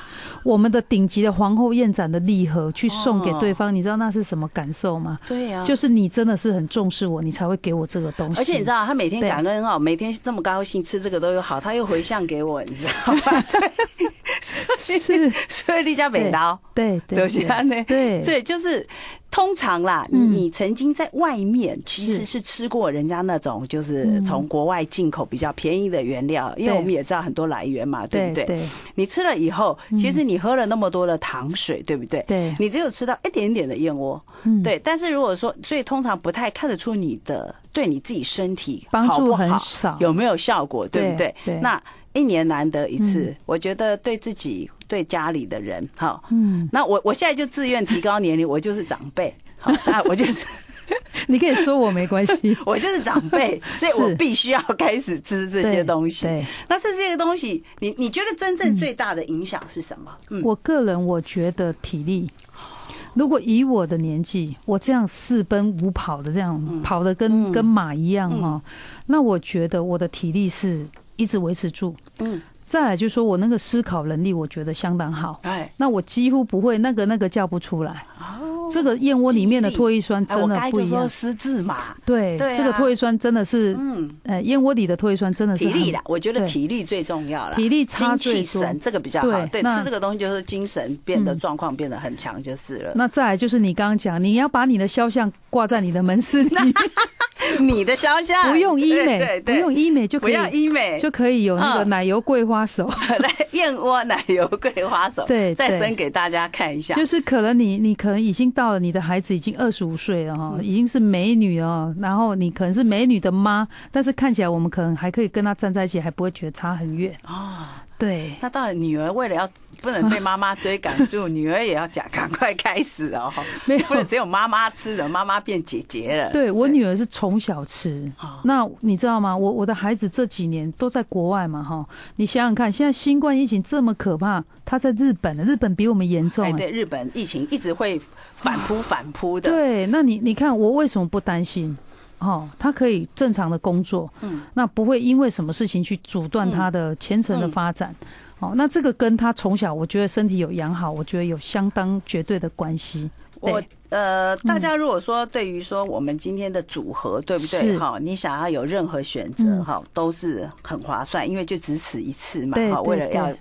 [SPEAKER 2] 我们的顶级的皇后宴盏的礼盒去送给对方，你知道那是什么感受吗？
[SPEAKER 1] 对哦呀、啊，
[SPEAKER 2] 就是你真的是很重视我，你才会给我这个东西。
[SPEAKER 1] 而且你知道，他每天
[SPEAKER 2] 对
[SPEAKER 1] 感恩哦，每天这么高兴吃这个都有好，他又回向给我，你知道吗？对，
[SPEAKER 2] 是，
[SPEAKER 1] [laughs] 所以你家北刀，
[SPEAKER 2] 对
[SPEAKER 1] [laughs]
[SPEAKER 2] 对
[SPEAKER 1] 对不起啊那
[SPEAKER 2] 对对
[SPEAKER 1] 所以就是通常啦，你
[SPEAKER 2] 嗯
[SPEAKER 1] 你曾经在外面其实
[SPEAKER 2] 是
[SPEAKER 1] 是吃过人家那种就是
[SPEAKER 2] 嗯
[SPEAKER 1] 从国外进口比较便宜的原料，因为
[SPEAKER 2] 对
[SPEAKER 1] 我们也知道很多来源嘛，对不
[SPEAKER 2] 对
[SPEAKER 1] 对？
[SPEAKER 2] 对
[SPEAKER 1] 你吃了以后，其实你喝了那么多的糖水，对不对？
[SPEAKER 2] 对，
[SPEAKER 1] 你只有吃到一点点的燕窝，
[SPEAKER 2] 嗯，
[SPEAKER 1] 对。但是如果说，所以通常不太看得出你的对你自己身体
[SPEAKER 2] 帮
[SPEAKER 1] 好
[SPEAKER 2] 助
[SPEAKER 1] 不
[SPEAKER 2] 很
[SPEAKER 1] 好，
[SPEAKER 2] 少，
[SPEAKER 1] 有没有效果，对不对
[SPEAKER 2] 对？对
[SPEAKER 1] 那一年难得一次，我觉得对自己、对家里的人，哈。
[SPEAKER 2] 嗯，
[SPEAKER 1] 那我我现在就自愿提高年龄，我就是长辈，好， [laughs] 那我就是，
[SPEAKER 2] 你可以说我没关系
[SPEAKER 1] 我就是长辈，所以我
[SPEAKER 2] [laughs] 是
[SPEAKER 1] 必须要开始吃 [laughs] 这些
[SPEAKER 2] 对
[SPEAKER 1] 东西。
[SPEAKER 2] 对嗯
[SPEAKER 1] 那是这个东西，你你觉得真正最大的影响是什么？嗯，
[SPEAKER 2] 我个人我觉得体力。如果以我的年纪，我这样四奔五跑的这样、
[SPEAKER 1] 嗯
[SPEAKER 2] 跑的跟、跟马一样哈、那我觉得我的体力是一直维持住。
[SPEAKER 1] 嗯，
[SPEAKER 2] 再来就是说我那个思考能力，我觉得相当好。
[SPEAKER 1] 哎
[SPEAKER 2] 那我几乎不会那个那个叫不出来。这个燕窝里面的
[SPEAKER 1] 哦记忆力
[SPEAKER 2] 唾液酸
[SPEAKER 1] 哎，
[SPEAKER 2] 真
[SPEAKER 1] 我
[SPEAKER 2] 的
[SPEAKER 1] 该
[SPEAKER 2] 不
[SPEAKER 1] 就
[SPEAKER 2] 一样
[SPEAKER 1] 说。失智嘛，
[SPEAKER 2] 对，
[SPEAKER 1] 对啊
[SPEAKER 2] 这个唾液酸真的是，
[SPEAKER 1] 嗯，
[SPEAKER 2] 呃，燕窝里的唾液酸真的呃是
[SPEAKER 1] 体
[SPEAKER 2] 很
[SPEAKER 1] 力啦，我觉得
[SPEAKER 2] 对
[SPEAKER 1] 体力最重要啦。
[SPEAKER 2] 体力差
[SPEAKER 1] 精
[SPEAKER 2] 最
[SPEAKER 1] 气
[SPEAKER 2] 多。
[SPEAKER 1] 神这个比较好，对，
[SPEAKER 2] 对那
[SPEAKER 1] 吃这个东西就是精神变得
[SPEAKER 2] 嗯
[SPEAKER 1] 状况变得很强就是了。
[SPEAKER 2] 那再来就是你刚刚讲，你要把你的肖像挂在你的门市里，
[SPEAKER 1] [laughs] 你的肖像
[SPEAKER 2] [laughs] 不用医
[SPEAKER 1] 对
[SPEAKER 2] 美
[SPEAKER 1] 对，
[SPEAKER 2] 不
[SPEAKER 1] 对，
[SPEAKER 2] 用医美就
[SPEAKER 1] 不
[SPEAKER 2] 可以
[SPEAKER 1] 要医美，
[SPEAKER 2] 就可以有那个
[SPEAKER 1] 嗯
[SPEAKER 2] 奶油桂花手，
[SPEAKER 1] [laughs] 来燕窝奶油桂花手，
[SPEAKER 2] 对
[SPEAKER 1] 再
[SPEAKER 2] 对
[SPEAKER 1] 生给大家看一下。
[SPEAKER 2] 就是可能你你可能已经到了，你的孩子已经二十五岁了
[SPEAKER 1] 嗯
[SPEAKER 2] 哈，已经是美女了哦，然后你可能是美女的妈，但是看起来我们可能还可以跟她站在一起，还不会觉得差很远哦。对，
[SPEAKER 1] 那当然，女儿为了要不能被妈妈追赶住，女儿也要讲赶快开始
[SPEAKER 2] [laughs]
[SPEAKER 1] 哦，
[SPEAKER 2] 没有
[SPEAKER 1] 不能只有妈妈吃的，妈妈变姐姐了。
[SPEAKER 2] 对我女儿是从小吃
[SPEAKER 1] 啊，
[SPEAKER 2] 那你知道吗？我我的孩子这几年都在国外嘛，哈，你想想看，现在新冠疫情这么可怕，他在日本，日本比我们严重、
[SPEAKER 1] 哎，
[SPEAKER 2] 哎
[SPEAKER 1] 对，日本疫情一直会反扑反扑的，
[SPEAKER 2] 啊对，那你你看我为什么不担心？哦，他可以正常的工作，
[SPEAKER 1] 嗯，
[SPEAKER 2] 那不会因为什么事情去阻断他的前程的发
[SPEAKER 1] 嗯
[SPEAKER 2] 展。哦，那这个跟他从小我觉得身体有养好，我觉得有相当绝对的关系。
[SPEAKER 1] 我
[SPEAKER 2] 对
[SPEAKER 1] 呃，大家如果说对于说我们今天的组合，对不对？
[SPEAKER 2] 嗯是
[SPEAKER 1] 哈，你想要有任何选择，
[SPEAKER 2] 嗯
[SPEAKER 1] 哈，都是很划算，因为就只此一次嘛，
[SPEAKER 2] 对
[SPEAKER 1] 哈，
[SPEAKER 2] 对
[SPEAKER 1] 为了要
[SPEAKER 2] 对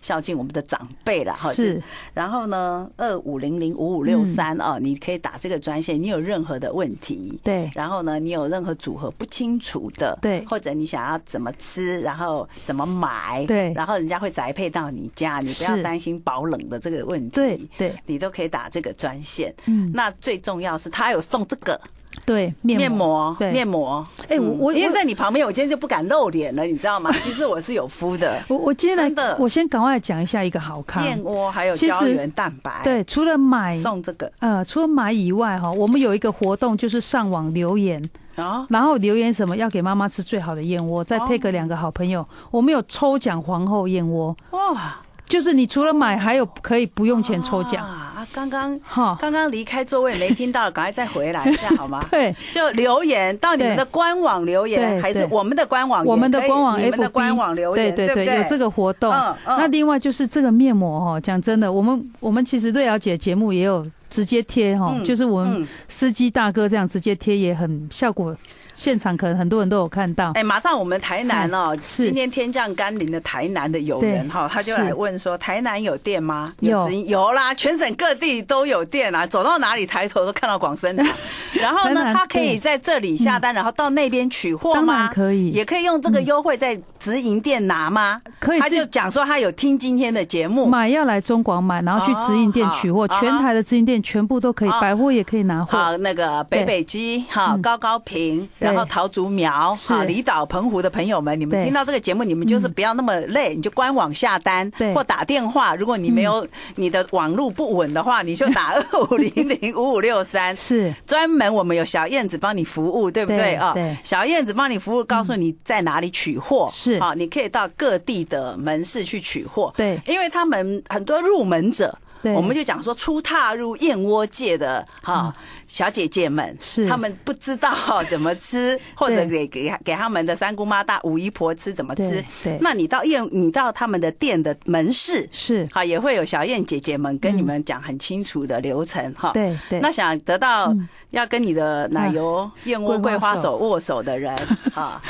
[SPEAKER 1] 孝敬我们的长辈啦，哈，
[SPEAKER 2] 是，嗯
[SPEAKER 1] 然后呢，二五零零五五六三啊，你可以打这个专线，你有任何的问题。
[SPEAKER 2] 对，
[SPEAKER 1] 然后呢，你有任何组合不清楚的，
[SPEAKER 2] 对
[SPEAKER 1] 或者你想要怎么吃，然后怎么买，
[SPEAKER 2] 对
[SPEAKER 1] 然后人家会宅配到你家，你不要
[SPEAKER 2] 是
[SPEAKER 1] 担心保冷的这个问题，
[SPEAKER 2] 对，对，
[SPEAKER 1] 你都可以打这个专线。
[SPEAKER 2] 嗯，
[SPEAKER 1] 那最重要是，他有送这个
[SPEAKER 2] 对，面
[SPEAKER 1] 面膜，
[SPEAKER 2] 对
[SPEAKER 1] 面膜。
[SPEAKER 2] 哎我
[SPEAKER 1] 嗯
[SPEAKER 2] 我
[SPEAKER 1] 因为
[SPEAKER 2] 我
[SPEAKER 1] 在你旁边，我今天就不敢露脸了，你知
[SPEAKER 2] [laughs]
[SPEAKER 1] 道吗？其实我是有敷的，
[SPEAKER 2] 我我今天来
[SPEAKER 1] 真的，
[SPEAKER 2] 我先赶快讲一下一个好康。
[SPEAKER 1] 燕窝还有
[SPEAKER 2] 其实
[SPEAKER 1] 胶原蛋白，，
[SPEAKER 2] 对，除了买，
[SPEAKER 1] 送这个
[SPEAKER 2] 呃，除了买以外，哈，我们有一个活动，就是上网留言，
[SPEAKER 1] 啊， [laughs]
[SPEAKER 2] 然后留言什么要给妈妈吃最好的燕窝，再
[SPEAKER 1] 哦
[SPEAKER 2] take 两个好朋友，我们有抽奖皇后燕窝，
[SPEAKER 1] 哇，
[SPEAKER 2] 就是你除了买，还有可以不用钱抽奖，
[SPEAKER 1] 啊！啊刚刚
[SPEAKER 2] 哈，
[SPEAKER 1] 刚刚离开座位没听到，赶快再回来一下好
[SPEAKER 2] [laughs]
[SPEAKER 1] 吗？
[SPEAKER 2] 对，
[SPEAKER 1] 就留言到你们的
[SPEAKER 2] 对
[SPEAKER 1] 官网留言，
[SPEAKER 2] 对
[SPEAKER 1] 还是
[SPEAKER 2] 对
[SPEAKER 1] 我们的官网也可以？
[SPEAKER 2] 我们的官网
[SPEAKER 1] 你们的
[SPEAKER 2] FB
[SPEAKER 1] 官网留
[SPEAKER 2] 对
[SPEAKER 1] 言，
[SPEAKER 2] 对
[SPEAKER 1] 不
[SPEAKER 2] 对，有这个活动。
[SPEAKER 1] 嗯嗯
[SPEAKER 2] 哦那另外就是这个面膜哈，讲真的，我们我们其实瑞瑶姐节目也有直接贴哈、
[SPEAKER 1] 嗯
[SPEAKER 2] 就是我们
[SPEAKER 1] 嗯，
[SPEAKER 2] 司机大哥这样直接贴也很效果，现场可能很多人都有看到。
[SPEAKER 1] 哎，马上我们台南哦，
[SPEAKER 2] 是
[SPEAKER 1] 今天天降甘霖的台南的友人
[SPEAKER 2] 对
[SPEAKER 1] 哈，他就是来问说，台南有店吗？
[SPEAKER 2] 有
[SPEAKER 1] 直营有啦，全省各地都有店啊，走到哪里抬头都看到广生
[SPEAKER 2] [laughs]
[SPEAKER 1] 堂。然后
[SPEAKER 2] 当
[SPEAKER 1] 呢，
[SPEAKER 2] 然
[SPEAKER 1] 他可以
[SPEAKER 2] 对嗯
[SPEAKER 1] 在这里下单，然后到那边取货
[SPEAKER 2] 当然
[SPEAKER 1] 吗？
[SPEAKER 2] 可以，
[SPEAKER 1] 也可以用这个
[SPEAKER 2] 嗯
[SPEAKER 1] 优惠在直营店拿吗？
[SPEAKER 2] 可以
[SPEAKER 1] 他
[SPEAKER 2] 自
[SPEAKER 1] 就
[SPEAKER 2] 己
[SPEAKER 1] 讲说他有听今天的节目，
[SPEAKER 2] 买要来中广买，然后去直营店取货，
[SPEAKER 1] 哦好
[SPEAKER 2] 全台的直营店全部都可以
[SPEAKER 1] 哦，
[SPEAKER 2] 百货也可以拿货。
[SPEAKER 1] 好，那个北北基哈、
[SPEAKER 2] 嗯
[SPEAKER 1] 高高平，
[SPEAKER 2] 对
[SPEAKER 1] 然后桃竹苗
[SPEAKER 2] 是
[SPEAKER 1] 哈、离岛、澎湖的朋友们，你们
[SPEAKER 2] 对嗯
[SPEAKER 1] 听到这个节目，你们就是不要那么累，你就官网下单
[SPEAKER 2] 对嗯
[SPEAKER 1] 或打电话。如果你没有你的网络不稳的话，你就打二五零零五五六
[SPEAKER 2] [laughs]
[SPEAKER 1] 三。
[SPEAKER 2] 是，
[SPEAKER 1] 专门我们有小燕子帮你服务，对不对
[SPEAKER 2] 对
[SPEAKER 1] 啊？
[SPEAKER 2] 对
[SPEAKER 1] 小燕子帮你服务，告诉你在哪里取货，
[SPEAKER 2] 是
[SPEAKER 1] 啊，你可以到各地的门市去取货，
[SPEAKER 2] 对
[SPEAKER 1] 因为他们很多入门者，
[SPEAKER 2] 对，
[SPEAKER 1] 我们就讲说初踏入燕窝界的哈小姐姐们，
[SPEAKER 2] 嗯是
[SPEAKER 1] 她们不知道哈怎么
[SPEAKER 2] [laughs]
[SPEAKER 1] 吃，或者给
[SPEAKER 2] 对
[SPEAKER 1] 给给他们的三姑妈大五姨婆吃怎么吃
[SPEAKER 2] 对。对，
[SPEAKER 1] 那你到燕，你到他们的店的门市，
[SPEAKER 2] 是，
[SPEAKER 1] 哈，也会有小燕姐姐们跟
[SPEAKER 2] 嗯
[SPEAKER 1] 你们讲很清楚的流程哈。
[SPEAKER 2] 对对。
[SPEAKER 1] 啊那想得到
[SPEAKER 2] 嗯啊
[SPEAKER 1] 要跟你的奶油燕窝桂
[SPEAKER 2] 桂花
[SPEAKER 1] 花手握手的人
[SPEAKER 2] [laughs]
[SPEAKER 1] 啊，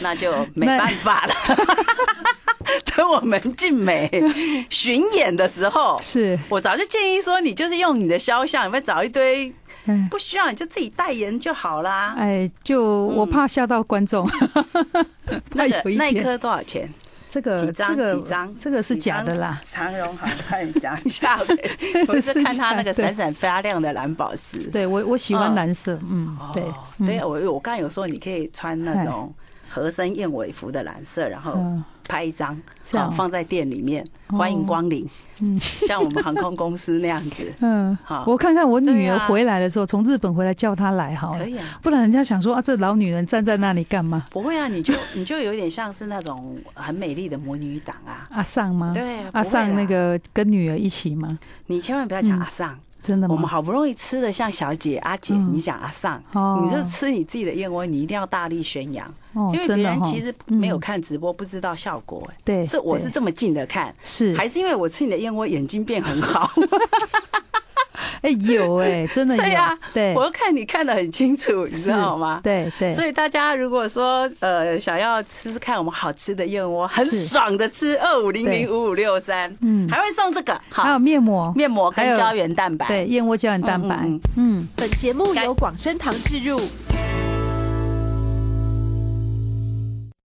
[SPEAKER 1] 那就没
[SPEAKER 2] 那
[SPEAKER 1] 办法了。 [laughs] 等我们静美巡演的时候，
[SPEAKER 2] 是，
[SPEAKER 1] 我早就建议说，你就是用你的肖像，你们找一堆
[SPEAKER 2] 嗯
[SPEAKER 1] 不需要，你就自己代言就好啦。
[SPEAKER 2] 哎，就
[SPEAKER 1] 嗯
[SPEAKER 2] 我怕吓到观众， [laughs]
[SPEAKER 1] 那
[SPEAKER 2] 怕
[SPEAKER 1] 个
[SPEAKER 2] 有一
[SPEAKER 1] 那一
[SPEAKER 2] 点
[SPEAKER 1] 颗多少钱？
[SPEAKER 2] 这个
[SPEAKER 1] 几张
[SPEAKER 2] 这个
[SPEAKER 1] 几张
[SPEAKER 2] 这个是假的啦，
[SPEAKER 1] 长荣好，快点讲一 [laughs] 下
[SPEAKER 2] [laughs]
[SPEAKER 1] 呗。我是看他那个闪闪发亮的蓝宝石。
[SPEAKER 2] 对我我喜
[SPEAKER 1] 嗯
[SPEAKER 2] 欢蓝色，嗯，
[SPEAKER 1] 哦
[SPEAKER 2] 对，
[SPEAKER 1] 对
[SPEAKER 2] 嗯哎
[SPEAKER 1] 啊，我我刚才有说你可以穿那种合身燕尾服的蓝色，然后
[SPEAKER 2] 嗯，
[SPEAKER 1] 拍一张，
[SPEAKER 2] 这样
[SPEAKER 1] 好放在店里面，
[SPEAKER 2] 哦
[SPEAKER 1] 欢迎光临。 [laughs]
[SPEAKER 2] 嗯
[SPEAKER 1] 像我们航空公司那样子，
[SPEAKER 2] 嗯
[SPEAKER 1] 好，
[SPEAKER 2] 我看看我
[SPEAKER 1] 对
[SPEAKER 2] 女
[SPEAKER 1] 啊
[SPEAKER 2] 儿回来的时候，从日本回来叫她来好
[SPEAKER 1] 可
[SPEAKER 2] 了，
[SPEAKER 1] 以啊。
[SPEAKER 2] 不然人家想说啊，这老女人站在那里干嘛？
[SPEAKER 1] 不会啊，你就你就有点像是那种很美丽的魔女党啊，
[SPEAKER 2] 阿尚吗？
[SPEAKER 1] 对啊，
[SPEAKER 2] 阿
[SPEAKER 1] 不会啦
[SPEAKER 2] 尚那个嗯跟女儿一起吗？
[SPEAKER 1] 你千万不要讲阿尚，
[SPEAKER 2] 真的
[SPEAKER 1] 我们
[SPEAKER 2] 吗？
[SPEAKER 1] 好不容易吃的像小姐阿姐，
[SPEAKER 2] 嗯
[SPEAKER 1] 你讲阿尚，
[SPEAKER 2] 哦
[SPEAKER 1] 你就吃你自己的燕窝，你一定要大力宣扬，
[SPEAKER 2] 哦
[SPEAKER 1] 因
[SPEAKER 2] 嗯
[SPEAKER 1] 为别
[SPEAKER 2] 真的
[SPEAKER 1] 人
[SPEAKER 2] 哈
[SPEAKER 1] 其实没有看直播不知道效果、哎
[SPEAKER 2] 对，
[SPEAKER 1] 是我是
[SPEAKER 2] 对
[SPEAKER 1] 这么近的看，
[SPEAKER 2] 是
[SPEAKER 1] 还是因为我吃你的燕窝眼睛变很好？
[SPEAKER 2] 哎
[SPEAKER 1] [laughs]
[SPEAKER 2] 有哎，真的有
[SPEAKER 1] 对啊
[SPEAKER 2] 对
[SPEAKER 1] [laughs] 我又看你看得很清楚，你知道吗？
[SPEAKER 2] 对对，
[SPEAKER 1] 所以大家如果说呃想要吃吃看我们好吃的燕窝，很
[SPEAKER 2] 是
[SPEAKER 1] 爽的吃二五零
[SPEAKER 2] 对
[SPEAKER 1] 零五五六三，
[SPEAKER 2] 嗯，
[SPEAKER 1] 还会送这个
[SPEAKER 2] 还有
[SPEAKER 1] 好
[SPEAKER 2] 面膜，
[SPEAKER 1] 面膜
[SPEAKER 2] 还
[SPEAKER 1] 跟
[SPEAKER 2] 有
[SPEAKER 1] 胶原蛋白，
[SPEAKER 2] 对，燕窝胶原蛋白
[SPEAKER 1] 嗯嗯嗯，
[SPEAKER 2] 嗯
[SPEAKER 3] 本节目由广生堂制入。